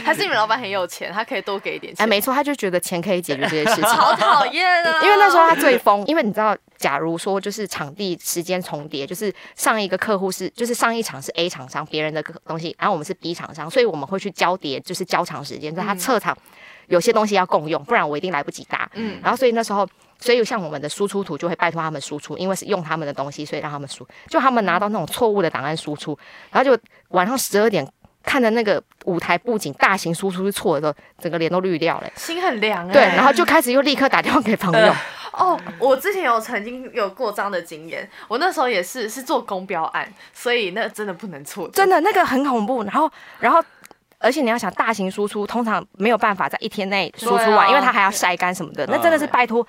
还是你们老板很有钱，他可以多给一点钱？
哎，没错，他就觉得钱可以解决这些 事情。
好讨厌啊！
因为那时候他最疯，因为你知道，假如说就是场地时间重叠，就是上一个客户是，就是上一场是 A 厂商别人的东西，然后我们是 B 厂商，所以我们会去交叠，就是交场时间，所以
嗯
他撤场有些东西要共用，不然我一定来不及搭。
嗯
嗯，然后所以那时候。所以像我们的输出图就会拜托他们输出，因为是用他们的东西，所以让他们输。就他们拿到那种错误的档案输出，然后就晚上十二点看着那个舞台布景大型输出是错的时候，整个脸都绿掉了、
心很凉哎。
对，然后就开始又立刻打电话给朋友，
哦，我之前有曾经有过这样的经验，我那时候也是是做公标案，所以那真的不能错。
真的那个很恐怖。然后，然后，而且你要想，大型输出通常没有办法在一天内输出
对
完，
啊
因为它还要晒干什么的。那真的是
嗯
拜托，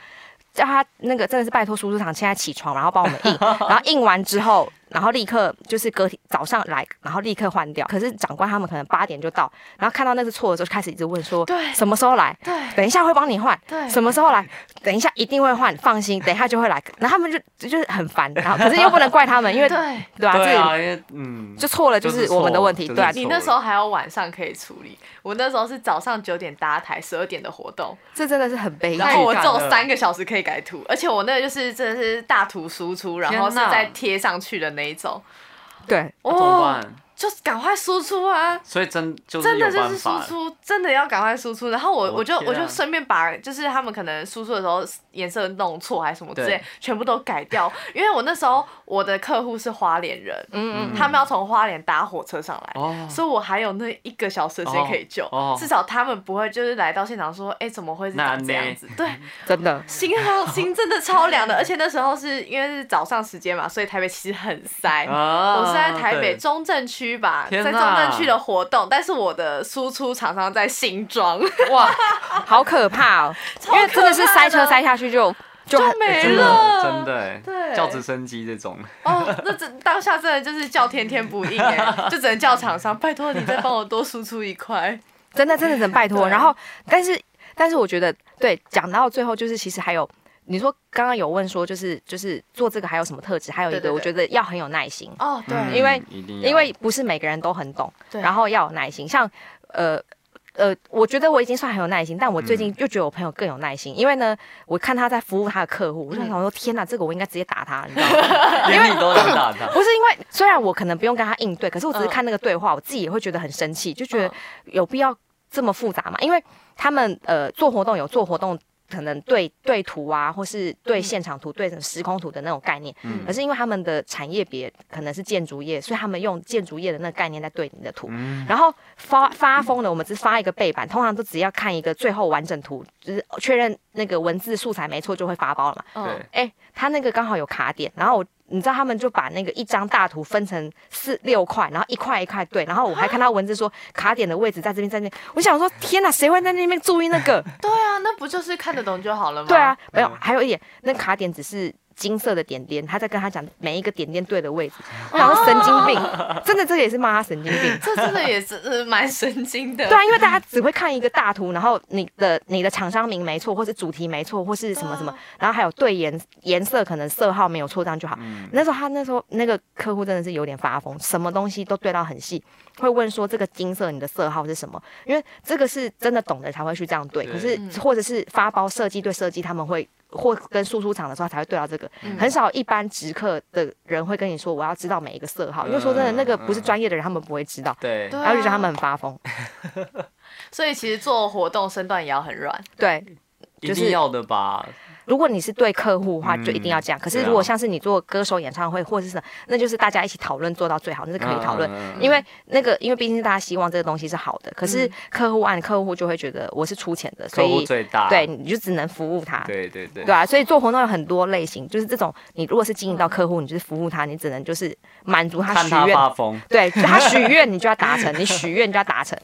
叫他那个真的是拜托输出厂现在起床，然后帮我们 印，然后印完之后，然后立刻就是隔天早上来，然后立刻换掉。可是长官他们可能八点就到，然后看到那是错的时候，就开始一直问说，
对
什么时候来？
对
等一下会帮你换，
对
什么时候来？等一下一定会换，放心，等一下就会来。然后他们就就是很烦，然后可是又不能怪他们，因为
对。
对吧？这
对
也
啊，因为嗯，
就错了，就是我们的问题，
就是
对啊
错，
你那时候还要晚上可以处理，我那时候是早上九点搭台，十二点的活动，
这真的是很悲
然
然
哀
后
后。
我只有
干了
三个小时可以改图，而且我那个就是真的是大图输出，然后是
天哪
再贴上去的那一种。哦
对，
那怎么办？
就是赶快输出啊！
所以真就是
真
有
的就
办
是输
法。
出，真的要赶快输出。然后我
我
我就我
天啊
就顺便把就是他们可能输出的时候颜色弄错还是什么之类
对，
全部都改掉。因为我那时候我的客户是花莲人，
嗯嗯，
他们要从花莲搭火车上来。
哦，
所以我还有那一个小时的时间可以救，
哦哦
至少他们不会就是来到现场说，哎、怎么会是
那
长这样子？对，
真的，
心好心真的超凉的，而且那时候是因为是早上时间嘛，所以台北其实很塞。
啊
我是在台北
对
中正区吧，
天
在中
哪
正区的活动，但是我的输出厂商在新庄，
哇，好可怕 哦！
啊可怕的
因为真的是塞车塞下去就就很呃
就没
真
了
的真的欸
对
教直升机这种，
哦，那真当下真的就是叫天天不应哎，就只能叫厂商，拜托你再帮我多输出一块。
真的真的很拜托。
对
然后，但是但是我觉得，对，讲到最后就是其实还有。你说刚刚有问说，就是就是做这个还有什么特质？还有一
对对
个，
对
我觉得要很有耐心，
哦，对，
嗯
因为
一定要
因 为不是每个人都很懂，
对
然后要有耐心。像呃呃，我觉得我已经算很有耐心，但我最
嗯
近又觉得我朋友更有耐心，因为呢，我看他在服务他的客户，我就想
嗯
说，天哪，这个我应该直接打他，你知道吗？
眼里都能打他。
不是因为虽然我可能不用跟他应对，可是我只是
嗯
看那个对话，我自己也会觉得很生气，就觉得
嗯
有必要这么复杂吗？因为他们呃做活动有做活动。可能对对图啊，或是对现场图、对时空图的那种概念，
嗯
可是因为他们的产业别可能是建筑业，所以他们用建筑业的那个概念在对你的图。
嗯，
然后发发疯的，我们只发一个背板，通常都只要看一个最后完整图，就是确认那个文字素材没错就会发包了嘛。
嗯
对，
哎、他那个刚好有卡点，然后我你知道他们就把那个一张大图分成四六块，然后一块一块对，然后我还看到文字说卡点的位置在这边，在那边，我想说天哪，谁会在那边注意那个？
对啊，那不就是看得懂就好了吗？
对 啊，，没有，还有一点，那卡点只是。金色的点点，他在跟他讲每一个点点对的位置，我想说神经病，真的这个也是骂他神经病。
这真的也是呃蛮神经 的。
对啊，因为大家只会看一个大图，然后你的你的厂商名没错，或是主题没错，或是什么什么
对啊，
然后还有对颜颜色可能色号没有错，这样就好。
嗯
那时候他那时候那个客户真的是有点发疯，什么东西都对到很细，会问说这个金色你的色号是什么？因为这个是真的懂的才会去这样对，
对
可是
嗯
或者是发包设计对设计他们会。或跟输出厂的时候才会对到这个，
嗯
很少一般直客的人会跟你说我要知道每一个色号，因为说真的，
嗯
那个不是
嗯
专业的人，他们不会知道，
对
对啊
然后就觉得他们很发疯。
所以其实做活动身段也要很软。
对，
一
就是
定要的吧？
如果你是对客户的话，
嗯
就一定要这样。可是
对啊
如果像是你做歌手演唱会或者是什么，那就是大家一起讨论做到最好，那是可以讨论。
嗯
因为那个，因为毕竟是大家希望这个东西是好的，可是
嗯
客户按啊客户就会觉得我是出钱的，所
客户
以
最大，
对你就只能服务他，
对对对
对啊，所以做活动有很多类型，就是这种你如果是经营到客户，你就是服务他，你只能就是满足他
看
许
他
愿，
发疯，
对他许愿，你就要达成；你许愿你就要达成。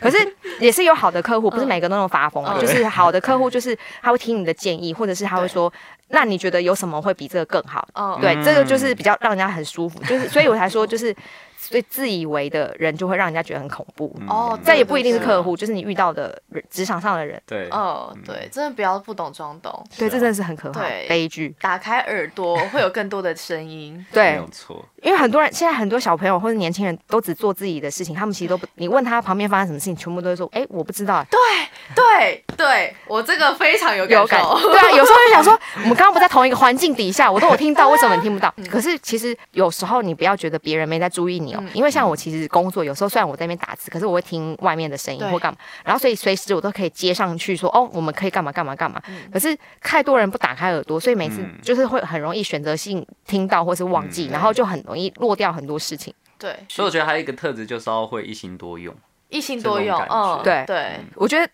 可是也是有好的客户，不是每个都能发疯啊。
嗯
就是好的客户，就是他会听你的建议，或者是他会说：“那你觉得有什么会比这个更好
嗯？”，
对，
嗯
这个就是比较让人家很舒服。就是所以我才说，就是所以自以为的人就会让人家觉得很恐怖。
嗯
哦
这也不一定是
对
客户，就是你遇到的人职场上的人，
对，嗯
哦，对，真的不要不懂装懂，
对，这真的是很可怕
对，
悲剧。
打开耳朵会有更多的声音。
没
对
有，错，
因为很多人现在很多小朋友或者年轻人都只做自己的事情，他们其实都不，你问他旁边发生什么事情，全部都会说：“哎，我不知道。”
对对，我这个非常有感
有感，
受。
对啊，有时候就想说，我们刚刚不在同一个环境底下，我都有 听到，为什么你听不到？可是其实有时候你不要觉得别人没在注意你哦
嗯，
因为像我其实工作，有时候虽然我在那边打字，可是我会听外面的声音
对
或干嘛，然后所以随时我都可以接上去说，哦，我们可以干嘛干嘛干嘛。
嗯
可是太多人不打开耳朵，所以每次
嗯
就是会很容易选择性听到或是忘记，
嗯
然后就很容易落掉很多事情。
对，
所以我觉得还有一个特质就是要会一心多用，
一心多
这
用，
种感
嗯，
觉
对
对，
我觉得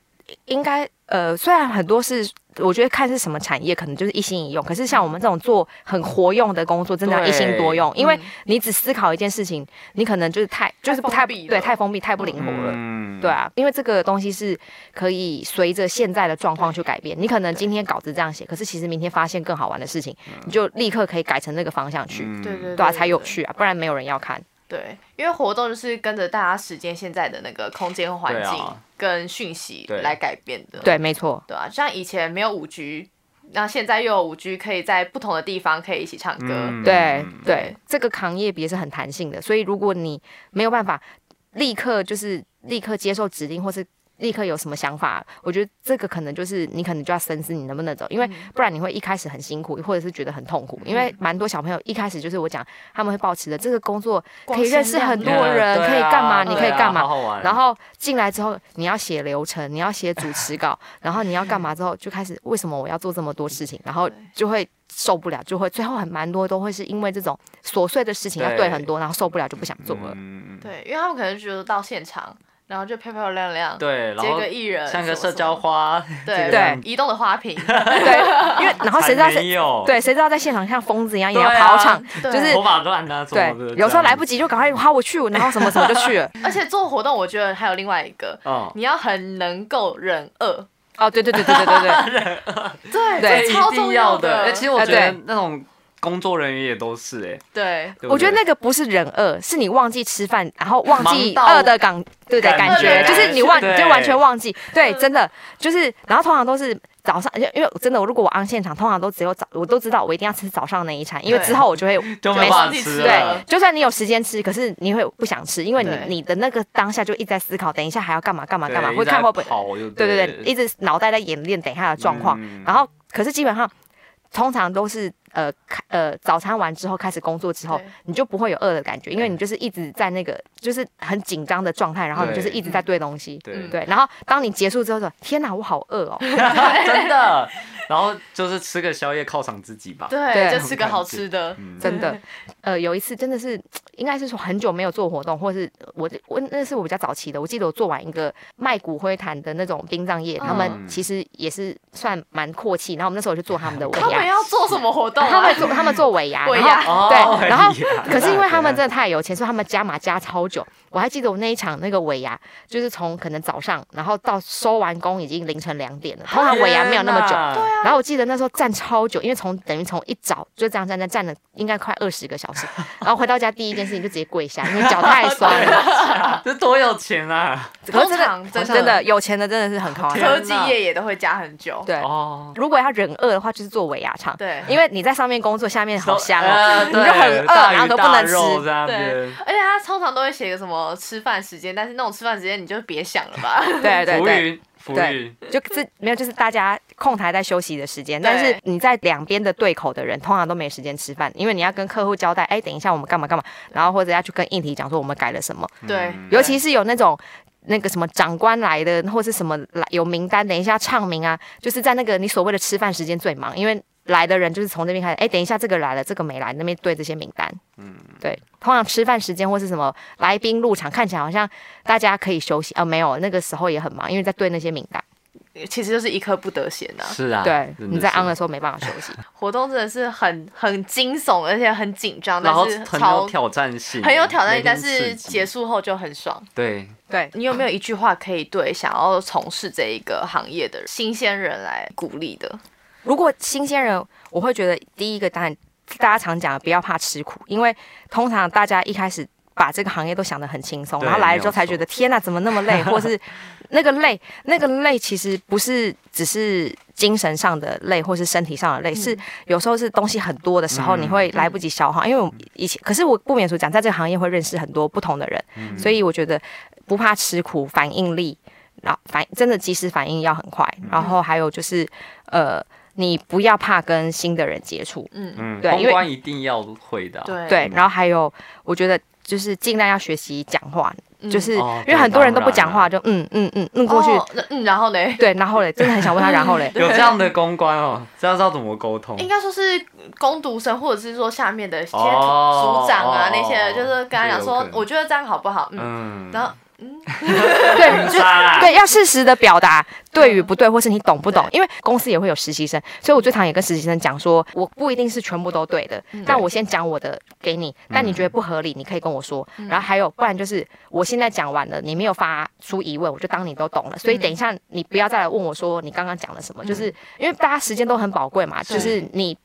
应该呃，虽然很多是。我觉得看是什么产业，可能就是一心一用。可是像我们这种做很活用的工作，真的要一心多用，因为
嗯
你只思考一件事情，你可能就是太就是不
太
太
封闭了
对太封闭、太不灵活了。
嗯
对，啊，因为这个东西是可以随着现在的状况去改变。你可能今天稿子这样写，可是其实明天发现更好玩的事情，你就立刻可以改成那个方向去，
嗯
对对
对啊，才有趣啊，不然没有人要看。
对，因为活动就是跟着大家时间现在的那个空间环
对啊
境跟讯息
对
来改变的，
对，没错，
对啊，像以前没有五 G，那现在又有五 G，可以在不同的地方可以一起唱歌，
嗯
对
嗯
对
对，
这个行业别是很弹性的，所以如果你没有办法立刻就是立刻接受指令，或是立刻有什么想法，我觉得这个可能就是你可能就要深思你能不能走，因
嗯
为不然你会一开始很辛苦，或者是觉得很痛苦。因为蛮多小朋友一开始就是我讲，他们会抱持着这个工作可以认识很多人，
对啊
可以干嘛，
对啊
你可以干嘛
好。好玩。
然后进来之后，你要写流程，你要写主持 稿，然后你要干嘛之后，就开始为什么我要做这么多事情，然后就会受不了，就会最后很蛮多都会是因为这种琐碎的事情要对很多，然后受不了就不想做了。
嗯，
对，因为他们可能觉得到现场，然后就漂漂亮亮，，
对，然
接
后
个艺人，
像个
什么
社交，花，
什么
这
对
个
样
对，移动的花瓶，
对，因 为然后谁知道
才没
谁
有，
对谁知道在现场像疯子一样也
对
要
啊
跑场，
对
就是
头发乱啊什
对
么的，，
有时候来
及。
不及就赶快好我去，然后什么什么就去 了。
而且做活动，我觉得还有另外一个，
嗯，
你要很能够忍饿，
哦，对对对对对对对，
对
对
这超重要
哎、其实我
哎
觉得
对
那种工作人员也都是哎、
对，
对不对
我觉得那个不是人饿，是你忘记吃饭，然后忘记
忙到
饿的感， 对对，
感
感觉
觉
就是你忘，
对
就完全忘记，对，
嗯
真的就是，然后通常都是早上，因为因为真的，我如果我昂现场，通常都只有早，我都知道我一定要吃早上那一餐，因为
对
之后我就会。
就
没
没办
忘
法
记
吃
吃
了
对，，就算你有时间吃，可是你会不想吃，因为你
对
你的那个当下就一直在思考，等一下还要干嘛干嘛
对
干嘛，
一
会
直
看
在
会不会
跑就
对
对
对对，一直脑袋在演练等一下的状况，
嗯
然后可是基本上通常都是呃开呃早餐完之后开始工作之后
对，
你就不会有饿的感觉，因为
对
你就是一直在那个就是很紧张的状态，然后你就是
对
一直在对东西。
对、
嗯
对，然后当你结束之后说：“天哪，我好饿 哦
真的，然后就是吃个宵夜犒赏自己吧。
对
对，就吃个好吃的，
嗯！”，
真的，呃，有一次真的是，应该是说很久没有做活动，或是我我那是我比较早期的，我记得我做完一个卖骨灰坛的那种殡葬业，他们
嗯
其实也是算蛮阔气，然后我们那时候就做他们的尾
他
牙
们，要做什么活动
他
啊
们？做他们做尾牙，
尾
然后
牙
哦
对然后
哎呀
可是因为
啊
他们真的太有钱，所以他们加码加超久。我还记得我那一场那个尾牙，就是从可能早上，然后到收完工已经凌晨两点了。通常尾牙没有那么久
啊
天。哪
然后我记得那时候站超久，因为从等于从一早就这样站站站了，应该快二十个 小时。然后回到家第一件事情就直接跪下，因为脚太酸 了。
这多有钱啊！
可是真
通常
的
真的
真的有钱的真的是很夸
天
张。
哪
科技业也都会加很久，
对，
哦，
如果要忍饿的话，就是做尾牙场。
对
因为你在上面工作，下面好香哦。
呃
你
对
就很饿
大鱼
然后都不
大
能吃
肉在那
对
边，
而且他通常都会写个什么吃饭时间，但是那种吃饭时间你就别想了吧。
对对
浮
对。
云浮
对
云，
就这没有，就是大家空台在休息的时间，
对
但是你在两边的对口的人通常都没时间吃饭，因为你要跟客户交代，哎，等一下我们干嘛干嘛，然后或者要去跟应题讲说我们改了什
嗯
么，
对，
尤其是有那种。那个什么长官来的，或是什么来有名单，等一下唱名啊，就是在那个你所谓的吃饭时间最忙，因为来的人就是从这边开始，哎，等一下这个来了，这个没来，那边对这些名单，嗯，对，通常吃饭时间或是什么来宾入场，看起来好像大家可以休息啊、没有，那个时候也很忙，因为在对那些名单。
其实就是一刻不得闲呐、
是啊，
对，
真
你在
是
on 的时候没办法休息。
活动真的是很很惊悚，而且很紧张，
然后
但是
很
超
有挑战性，
很有挑战
每
力，
天
但是
刺激
结束后就很爽。
对
对，
你有没有一句话可以对想要从事这一个行业的新鲜人来鼓励的？
如果新鲜人，我会觉得第一个当然大家常讲的不要怕吃苦，因为通常大家一开始。把这个行业都想得很轻松，
对
然后来了之后才
没有
觉
错
得天呐，怎么那么 累？或是那个累，那个累其实不是只是精神上的累，或是身体上的累，是有时候是东西很多的时候，
嗯
你会来不及消化。因为我以前，可是我不免俗讲，在这个行业会认识很多不同的人，
嗯
所以我觉得不怕吃苦，反应力，然后反真的及时反应要很快，
嗯
然后还有就是呃，你不要怕跟新的人接触，
嗯，
嗯，
对因
公
为
关一定要会的啊，
对
对，然后还有我觉得就是尽量要学习讲话，
嗯
就是
哦
因为
对
很多人都不
当然
讲话，
啊
就嗯嗯嗯嗯过去，
哦那嗯，然后呢？
对，然后嘞，真的很想问他，然后 嘞，
有这样的公关哦，这样知道怎么沟通
应。该说是攻读生，或者是说下面的一些组
哦
长啊
哦
那些人，
哦
就是跟他讲
这有可
说，
能
我觉得这样好不好？嗯，
嗯，
然后
对， 就
啊
对，要适时的表达对与不对，或是你懂不懂？因为公司也会有实习生，所以我最常也跟实习生讲说，我不一定是全部都对的，
嗯
嗯
但我先讲我的给你，但你觉得不合理，你可以跟我说。然后还有，不然就是我现在讲完了，你没有发出疑问，我就当你都懂了。所以等一下你不要再来问我说你刚刚讲了什么，就是因为大家时间都很宝贵嘛，
对
就是你。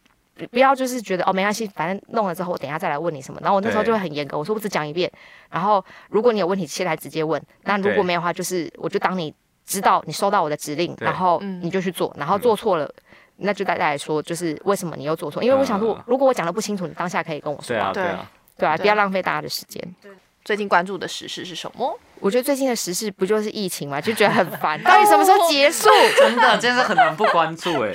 不要就是觉得哦没关系，反正弄了之后我等一下再来问你什么。然后我那时候
对
就会很严格，我说我只讲一遍，然后如果你有问题，先来直接问。那如果
对
没有的话，就是我就当你知道你收到我的指令，
对
然后
嗯
你就去做，然后做错了。那就大家来说，就是为什么你又做错？因为我想说
嗯，
如果我讲的不清楚，你当下可以跟我说
对
嘛，
啊，对啊，
对啊，
对
不要浪费大家的时间。
最近关注的时事是什么？
我觉得最近的时事不就是疫情嘛，就觉得很 烦，到底什么时候结
哦
束？
真的，真的很难不关注哎、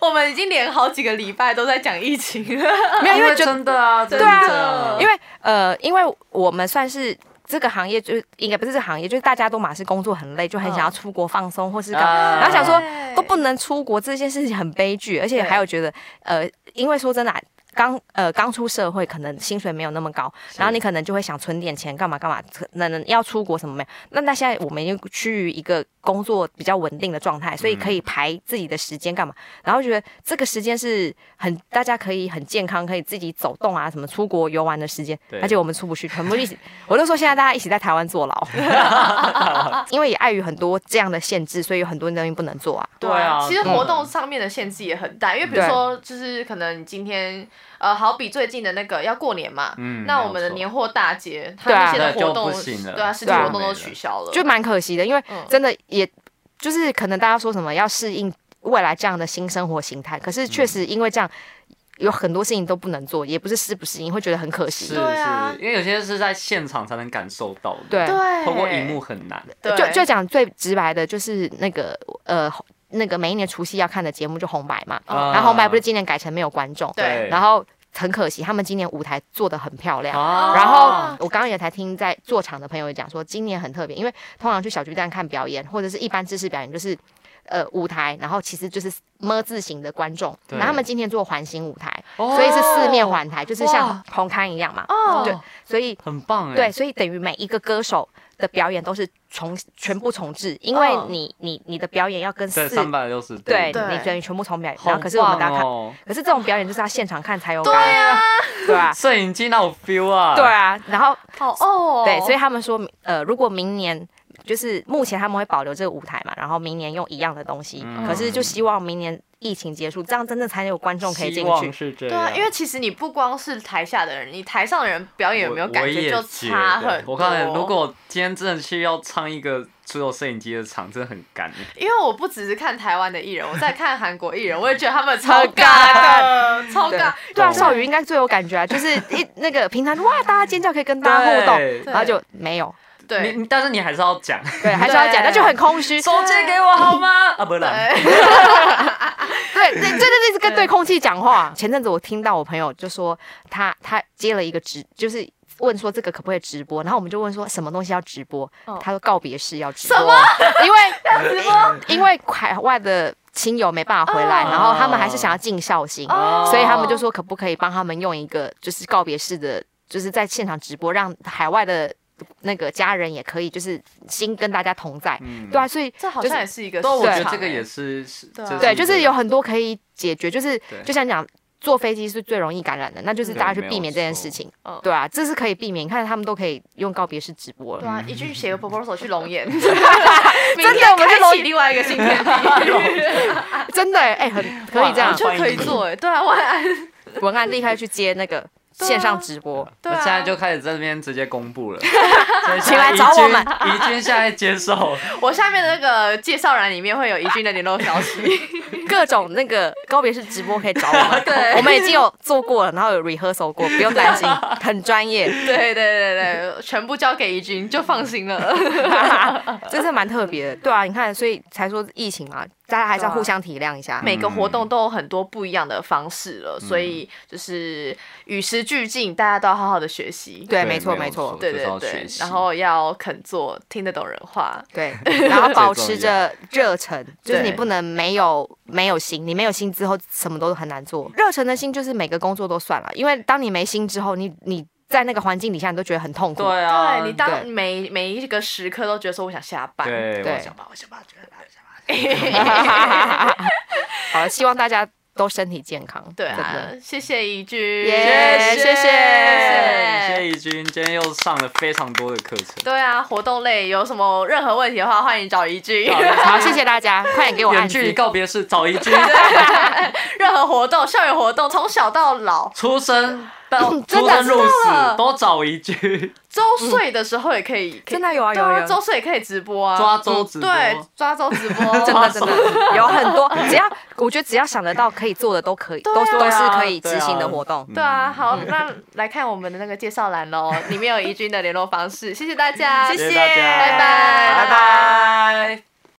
我们已经连好几个礼拜都在讲疫情了，
没有，因为觉得
真的啊，真
对
的，
啊
因为呃，因为我们算是。这个行业就是应该不是这个行业，就是大家都马是工作很累，就很想要出国放松，或是干嘛。
啊
然后想说
对
都不能出国这件事情很悲剧，而且
对
还有觉得呃，因为说真的啊、刚呃刚出社会，可能薪水没有那么高，然后你可能就会想存点钱干嘛干嘛，可能要出国什么没有。那那现在我们已经趋于一个工作比较稳定的状态，所以可以排自己的时间干嘛。然后觉得这个时间是很大家可以很健康，可以自己走动啊，什么出国游玩的时间
对。
而且我们出不去，全部一起，我就说现在大家一起在台湾坐牢，因为也碍于很多这样的限制，所以有很多东西不能做啊。
对啊
其实活动上面的限制也很大，因为比如说，就是可能你今天，呃，好比最近的那个要过年嘛，
嗯
那我们的
没有
年
错
货大街，它
对啊
那些的活动
对就不行，了
对啊，实体
对啊
活动都取消了，
就蛮可惜的，因为
嗯
真的也就是可能大家说什么要适应未来这样的新生活形态，可是确实因为这样。有很多事情都不能做，也不是适不适应，会觉得很可惜
是。
对啊
是，因为有些是在现场才能感受到的，
对
对，
透过荧幕很难。
对，
就就讲最直白的，就是那个呃，那个每一年除夕要看的节目就红白嘛，
啊
然后红白不是今年改成没有观众，
对
然后很可惜，他们今年舞台做的很漂亮。
啊
然后我刚刚也才听在做场的朋友也讲说，今年很特别，因为通常去小巨蛋看表演或者是一般知识表演，就是呃舞台，然后其实就是么字形的观众，
对
然后他们今天做环形舞台，
哦
所以是四面环台，就是像
哇
红磡一样嘛，
哦，
对所以
很棒哎，
对，，所以等于每一个歌手的表演都是重全部重置，因为
嗯
你你你的表演要跟四
对，三百六十度，
对
对
你等于全部重表演，
好
然后可是我们大家
棒
看，
哦，
可是这种表演就是要现场看才有
对
感，
啊，
对吧、
摄影机那有 feel 啊，
对，啊，然后
好哦，
对，所以
以
他们说，呃，如果明年就是目前他们会保留这个舞台嘛，然后明年用一样的东西，
嗯
可是就希望明年疫情结束，这样真的才有观众可以
希
进
望
去。
是这
对
样，
啊，因为其实你不光是台下的人，你台上的人表演有没有
我
感
我也
觉就
觉
差
得
很多。
我看如果今天真的去要唱一个只有摄影机的场，真的很干。
因为我不只是看台湾的艺人，我在看韩国艺人，我也觉得他们超
超
尬的， 超尬。
对啊，
懂
少宇应该最有感觉啊，就是一那个平常哇，大家尖叫可以跟大家互动，
对
然后就没有，
对
你，你但是你还是要讲，
对，还是要讲，
对
那就很空虚。
手机给我好吗？啊，不然，
对，
对，对，对，对，是跟对空气讲话。前阵子我听到我朋友就说他他接了一个直，就是问说这个可不可以直播，然后我们就问说什么东西要直播，
哦
他说告别式要直播，什么？因为直播，因为海外的亲友没办法回来，
哦
然后他们还是想要尽孝心，
哦
所以他们就说可不可以帮他们用一个就是告别式的，就是在现场直播，让海外的。那个家人也可以，就是心跟大家同在，
嗯
对啊，所以
这好
就是
像也是一个市
但
场欸。
啊我觉得这个也是是，
对啊
这
对，
一
就是
个
有很多可以解决，就是
对
就像讲坐飞机是最容易感染的，那就是大家去避免这件事情
没有错，
对啊，这是可以避免。你看他们都可以用告别式直播
对
了，嗯
啊，一句写个 proposal 去 龙岩，
真
真
的我们去龙
开启另外一个新天 地，
真的哎、哎 很可以这样
哇，
就可以做哎。对啊，晚安。
文案立刻去接那个
对啊
线上直 播，
对啊
那现在就开始在这边直接公布 了，
请来找我们
宜君现在 接受，
我下面的那个介绍栏里面会有宜君的联络消息。
各种那个告别式直播可以找我们，
对
我们已经有做过了，然后有 rehearsal 过，不用担 心，很专业，
对对对对，全部交给宜君就放心了。
真是蛮特别的，对啊，你看，所以才说疫情嘛，大家还是要互相体谅一下，
每个活动都有很多不一样的方式了，所以就是与时俱进，大家都要好好的学习。
对，没错，没错，
对
就是
对
要
对
学，习
然后要肯做，听得懂人话。
对，然后保持
最重
着热忱，就是你
对
不能没有没有心，你没有心之后什么都很难做。热忱的心就是每个工作都算了，因为当你没心之后，你你在那个环境底下，你都觉得很痛苦。
对啊，
对你
对
当每每一个时刻都觉得说我想下班，
对，
对
我想吧，我想吧，觉得吧，我想吧。
好了，希望大家都身体健康。
对
真
啊
的，，
谢谢宜君，
耶谢谢
谢谢宜君，今天又上了非常多的课程。
对啊，活动类有什么任何问题的话，欢迎找宜君。
好，谢谢大家，快点给我
远
按
距离
赞。
告别式找宜君，
任何活动，校园活动，从小到老，
出生
本
出
真的
生
知道
入死
了，
都找一句，
周岁的时候也可以，可以
真的有啊
对
有啊
啊，
有啊
周岁也可以直播啊，
抓周直播
对，抓周直播，
真的 真的有很 多，只要我觉得只要想得到可以做的都可以，
对啊
都都是可以
对
执
啊
行的活动。
对啊，好，那来看我们的那个介绍栏喽，里面有怡君的联络方式，谢谢大家，
谢
谢谢大家，
拜拜
拜拜。